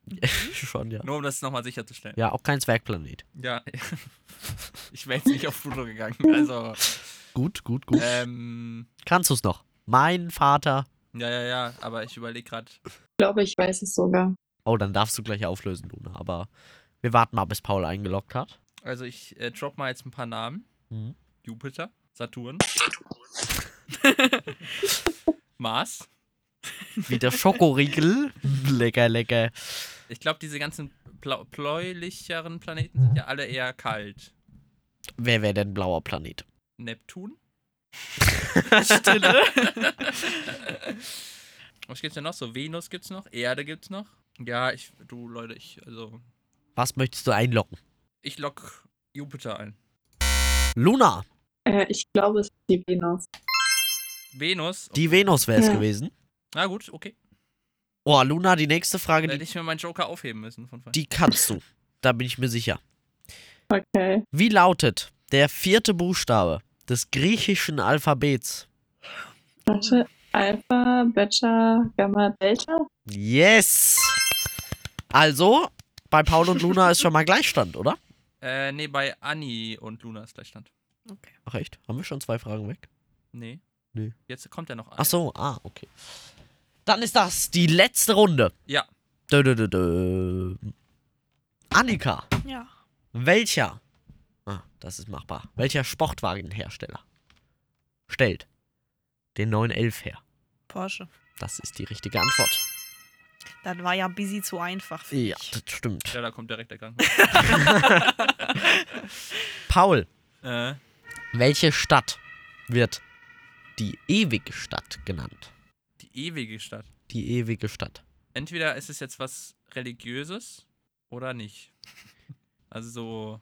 Speaker 4: schon, ja.
Speaker 3: Nur um das nochmal sicherzustellen.
Speaker 4: Ja, auch kein Zwergplanet.
Speaker 3: Ja. Ich wäre jetzt nicht auf Pluto gegangen. Also,
Speaker 4: Gut, gut, gut.
Speaker 3: ähm,
Speaker 4: Kannst du's noch? Mein Vater.
Speaker 3: ja, ja, ja, aber ich überlege gerade.
Speaker 2: glaube, ich weiß es sogar.
Speaker 4: Oh, dann darfst du gleich auflösen, Luna. Aber wir warten mal, bis Paul eingeloggt hat.
Speaker 3: Also, ich äh, drop mal jetzt ein paar Namen:
Speaker 4: Mhm.
Speaker 3: Jupiter, Saturn, Mars.
Speaker 4: Wieder Schokoriegel. lecker, lecker.
Speaker 3: Ich glaube, diese ganzen blau- bläulicheren Planeten
Speaker 4: Mhm.
Speaker 3: sind ja alle eher kalt.
Speaker 4: Wer wäre denn blauer Planet?
Speaker 3: Neptun?
Speaker 6: Stille.
Speaker 3: Was gibt's denn noch? So, Venus gibt's noch, Erde gibt's noch. Ja, ich, du Leute, ich, also,
Speaker 4: Was möchtest du einloggen?
Speaker 3: ich lock Jupiter ein.
Speaker 4: Luna.
Speaker 2: Äh, ich glaube, es ist die Venus.
Speaker 3: Venus.
Speaker 4: Die Venus wäre es
Speaker 2: Ja.
Speaker 4: gewesen.
Speaker 3: Na gut, okay.
Speaker 4: Oh, Luna, die nächste Frage,
Speaker 3: Hätte
Speaker 4: die,
Speaker 3: ich mir meinen Joker aufheben müssen von vorhin.
Speaker 4: die kannst du. Da bin ich mir sicher.
Speaker 2: Okay.
Speaker 4: Wie lautet der vierte Buchstabe des griechischen Alphabets?
Speaker 2: Warte, Alpha, Beta, Gamma, Delta?
Speaker 4: Yes! Also, bei Paul und Luna ist schon mal Gleichstand, oder?
Speaker 3: Äh, nee, bei Anni und Luna ist Gleichstand.
Speaker 6: Okay.
Speaker 4: Ach echt? Haben wir schon zwei Fragen weg?
Speaker 3: Nee.
Speaker 4: Nee.
Speaker 3: Jetzt kommt ja noch eine.
Speaker 4: Ach so, ah, okay. Dann ist das die letzte Runde.
Speaker 3: Ja.
Speaker 4: Dö, dö, dö, dö. Annika,
Speaker 6: Ja.
Speaker 4: welcher? Ah, das ist machbar. Welcher Sportwagenhersteller stellt den 911 her?
Speaker 6: Porsche.
Speaker 4: Das ist die richtige Antwort.
Speaker 6: Das war ja busy zu einfach. für
Speaker 4: Ja,
Speaker 6: mich.
Speaker 4: das stimmt.
Speaker 3: Ja, da kommt direkt der Gang.
Speaker 4: Paul,
Speaker 3: äh,
Speaker 4: welche Stadt wird die ewige Stadt genannt?
Speaker 3: die ewige Stadt.
Speaker 4: Die ewige Stadt.
Speaker 3: Entweder ist es jetzt was Religiöses oder nicht. Also so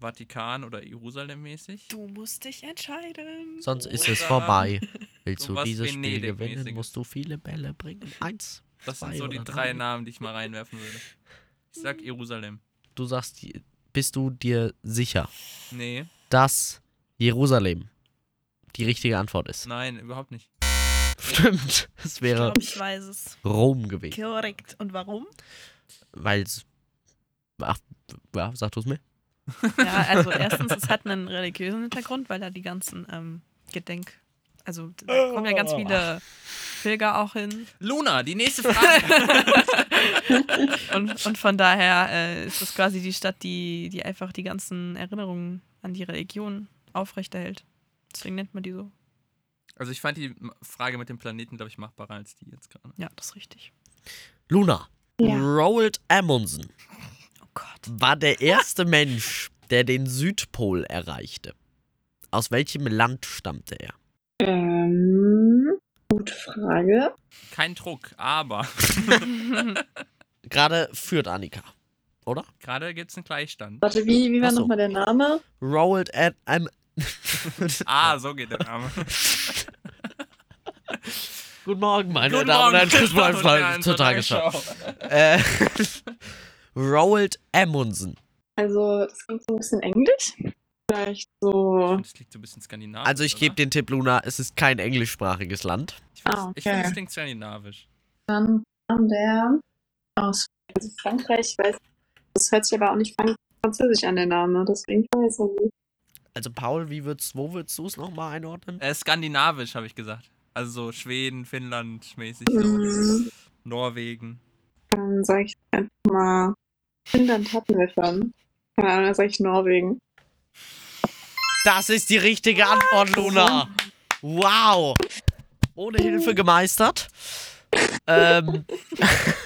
Speaker 3: Vatikan oder Jerusalem mäßig.
Speaker 6: Du musst dich entscheiden.
Speaker 4: Sonst ist es
Speaker 3: Oder
Speaker 4: vorbei. Willst
Speaker 3: so
Speaker 4: du
Speaker 3: was
Speaker 4: dieses Spiel gewinnen,
Speaker 3: Venedig-mäßiges.
Speaker 4: musst du viele Bälle bringen. Eins.
Speaker 3: Das sind
Speaker 4: zwei
Speaker 3: so die
Speaker 4: oder Mhm.
Speaker 3: drei Namen, die ich mal reinwerfen würde. Ich sag Jerusalem.
Speaker 4: Du sagst, die- bist du dir sicher,
Speaker 3: Nee,
Speaker 4: dass Jerusalem die richtige Antwort ist?
Speaker 3: nein, überhaupt nicht.
Speaker 4: Stimmt. Es
Speaker 6: ich
Speaker 4: wäre
Speaker 6: glaube, ich weiß es.
Speaker 4: Rom gewesen.
Speaker 6: Korrekt. Und warum?
Speaker 4: Weil es. Ach, ja, sag du es mir.
Speaker 6: Ja, also erstens, es hat einen religiösen Hintergrund, weil da die ganzen ähm, Gedenk... Also da kommen ja ganz viele Pilger auch hin.
Speaker 3: Luna, die nächste Frage.
Speaker 6: Und, und von daher äh, ist es quasi die Stadt, die, die einfach die ganzen Erinnerungen an die Religion aufrechterhält. Deswegen nennt man die so.
Speaker 3: also ich fand die M- Frage mit dem Planeten, glaube ich, machbarer als die jetzt gerade.
Speaker 6: Ja, das ist richtig.
Speaker 4: Luna.
Speaker 2: Ja.
Speaker 4: Roald Amundsen
Speaker 6: Oh Gott.
Speaker 4: war der erste Mensch, der den Südpol erreichte. Aus welchem Land stammte er?
Speaker 2: Ähm, gute Frage.
Speaker 3: Kein Druck, aber
Speaker 4: Gerade führt Annika, oder?
Speaker 3: gerade gibt es einen Gleichstand.
Speaker 2: Warte, wie, wie war
Speaker 4: Ach so.
Speaker 2: nochmal der Name?
Speaker 4: Roald Ad Am
Speaker 3: Ah, so geht der Name.
Speaker 4: Guten Morgen, meine
Speaker 3: Guten
Speaker 4: Damen
Speaker 3: Morgen,
Speaker 4: und Herren,
Speaker 3: Christoph und
Speaker 4: Fußballfall
Speaker 3: Herren zur
Speaker 4: zur Tagesschau.
Speaker 3: Tagesschau.
Speaker 4: Äh, Roald Amundsen.
Speaker 2: Also, das klingt so ein bisschen englisch. Vielleicht so.
Speaker 3: Das klingt so ein bisschen skandinavisch.
Speaker 4: Also ich gebe
Speaker 3: Ah, oder?
Speaker 4: den Tipp, Luna, es ist kein englischsprachiges Land.
Speaker 3: Ich finde,
Speaker 2: Ah,
Speaker 3: das- ich finde,
Speaker 2: okay.
Speaker 3: das klingt skandinavisch.
Speaker 2: Dann kam der aus also Frankreich. Ich weiß, das hört sich aber auch nicht frank- französisch an, der Name. Deswegen weiß ich nicht.
Speaker 4: Also Paul, wie würdest, wo würdest du es nochmal einordnen?
Speaker 3: Äh, skandinavisch, habe ich gesagt. Also so Schweden, Finnland mäßig. So.
Speaker 2: Mhm.
Speaker 3: Norwegen.
Speaker 2: Dann sage ich einfach mal. Finnland hatten wir schon. Keine Ahnung, dann sage ich Norwegen.
Speaker 4: Das ist die richtige Antwort, Luna. Wow. Ohne Hilfe gemeistert. Ähm,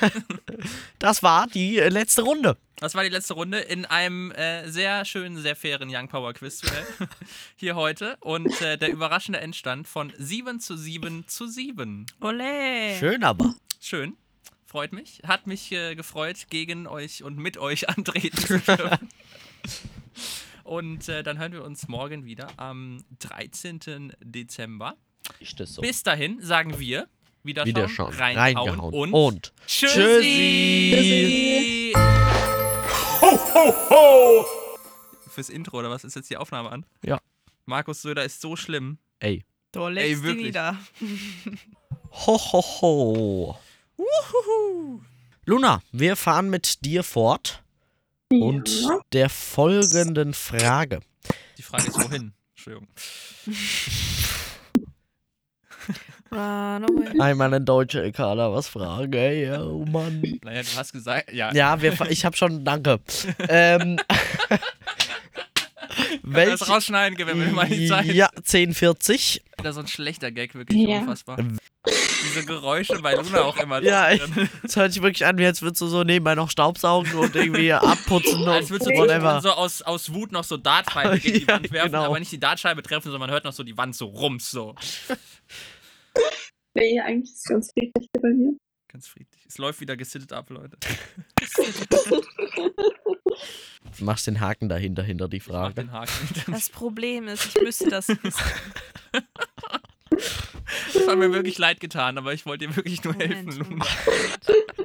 Speaker 4: das war die äh, letzte Runde.
Speaker 3: Das war die letzte Runde in einem äh, sehr schönen, sehr fairen Young Power Quiz äh, hier heute. Und äh, der überraschende Endstand von 7 zu 7 zu 7.
Speaker 6: Ole.
Speaker 4: Schön aber.
Speaker 3: Schön. Freut mich. Hat mich äh, gefreut, gegen euch und mit euch antreten zu dürfen. und äh, dann hören wir uns morgen wieder am 13. Dezember.
Speaker 4: Ist das so?
Speaker 3: Bis dahin sagen wir wieder,
Speaker 4: Wieder schon.
Speaker 3: reinhauen,
Speaker 4: Reingehauen.
Speaker 3: und,
Speaker 4: Und.
Speaker 3: tschüssi.
Speaker 2: Tschüssi.
Speaker 3: Fürs Intro oder was ist jetzt die Aufnahme an?
Speaker 4: Ja.
Speaker 3: Markus Söder ist so schlimm.
Speaker 4: Ey.
Speaker 6: Du legst die
Speaker 3: wirklich.
Speaker 6: nieder.
Speaker 4: Ho, ho, ho. Luna, wir fahren mit dir fort und
Speaker 2: Ja.
Speaker 4: der folgenden Frage.
Speaker 3: Die Frage ist wohin. Entschuldigung.
Speaker 6: Run away.
Speaker 4: Einmal ein deutscher Ekala, was Frage, ey, oh Mann.
Speaker 3: Naja, du hast gesagt, ja.
Speaker 4: Ja, wir, fa- ich habe schon, danke. ähm,
Speaker 3: Das
Speaker 4: welche,
Speaker 3: rausschneiden, wenn wir mal die Zeit.
Speaker 4: ja, 1040.
Speaker 3: Das ist so ein schlechter Gag, wirklich
Speaker 2: Ja.
Speaker 3: unfassbar. Diese Geräusche bei Luna auch immer.
Speaker 4: Ja, ich,
Speaker 3: drin.
Speaker 4: das hört sich wirklich an, wie als würdest du so nebenbei noch Staubsaugen und irgendwie abputzen
Speaker 3: Als
Speaker 4: und
Speaker 3: würdest du
Speaker 4: whatever.
Speaker 3: so aus, aus Wut noch so Dartpfeile gegen die
Speaker 4: Ja,
Speaker 3: Wand werfen,
Speaker 4: genau.
Speaker 3: aber nicht die Dartscheibe treffen, sondern man hört noch so die Wand so rums so.
Speaker 2: Nee, eigentlich ist es ganz friedlich hier bei mir.
Speaker 3: Ganz friedlich. Es läuft wieder gesittet ab, Leute.
Speaker 4: Machst den Haken dahinter, hinter die
Speaker 3: Mach
Speaker 4: Frage.
Speaker 3: den Haken.
Speaker 6: Das Problem ist, ich müsste das wissen.
Speaker 3: Das hat mir wirklich leid getan, aber ich wollte dir wirklich nur helfen,
Speaker 6: Moment,
Speaker 3: Luna.
Speaker 6: Moment.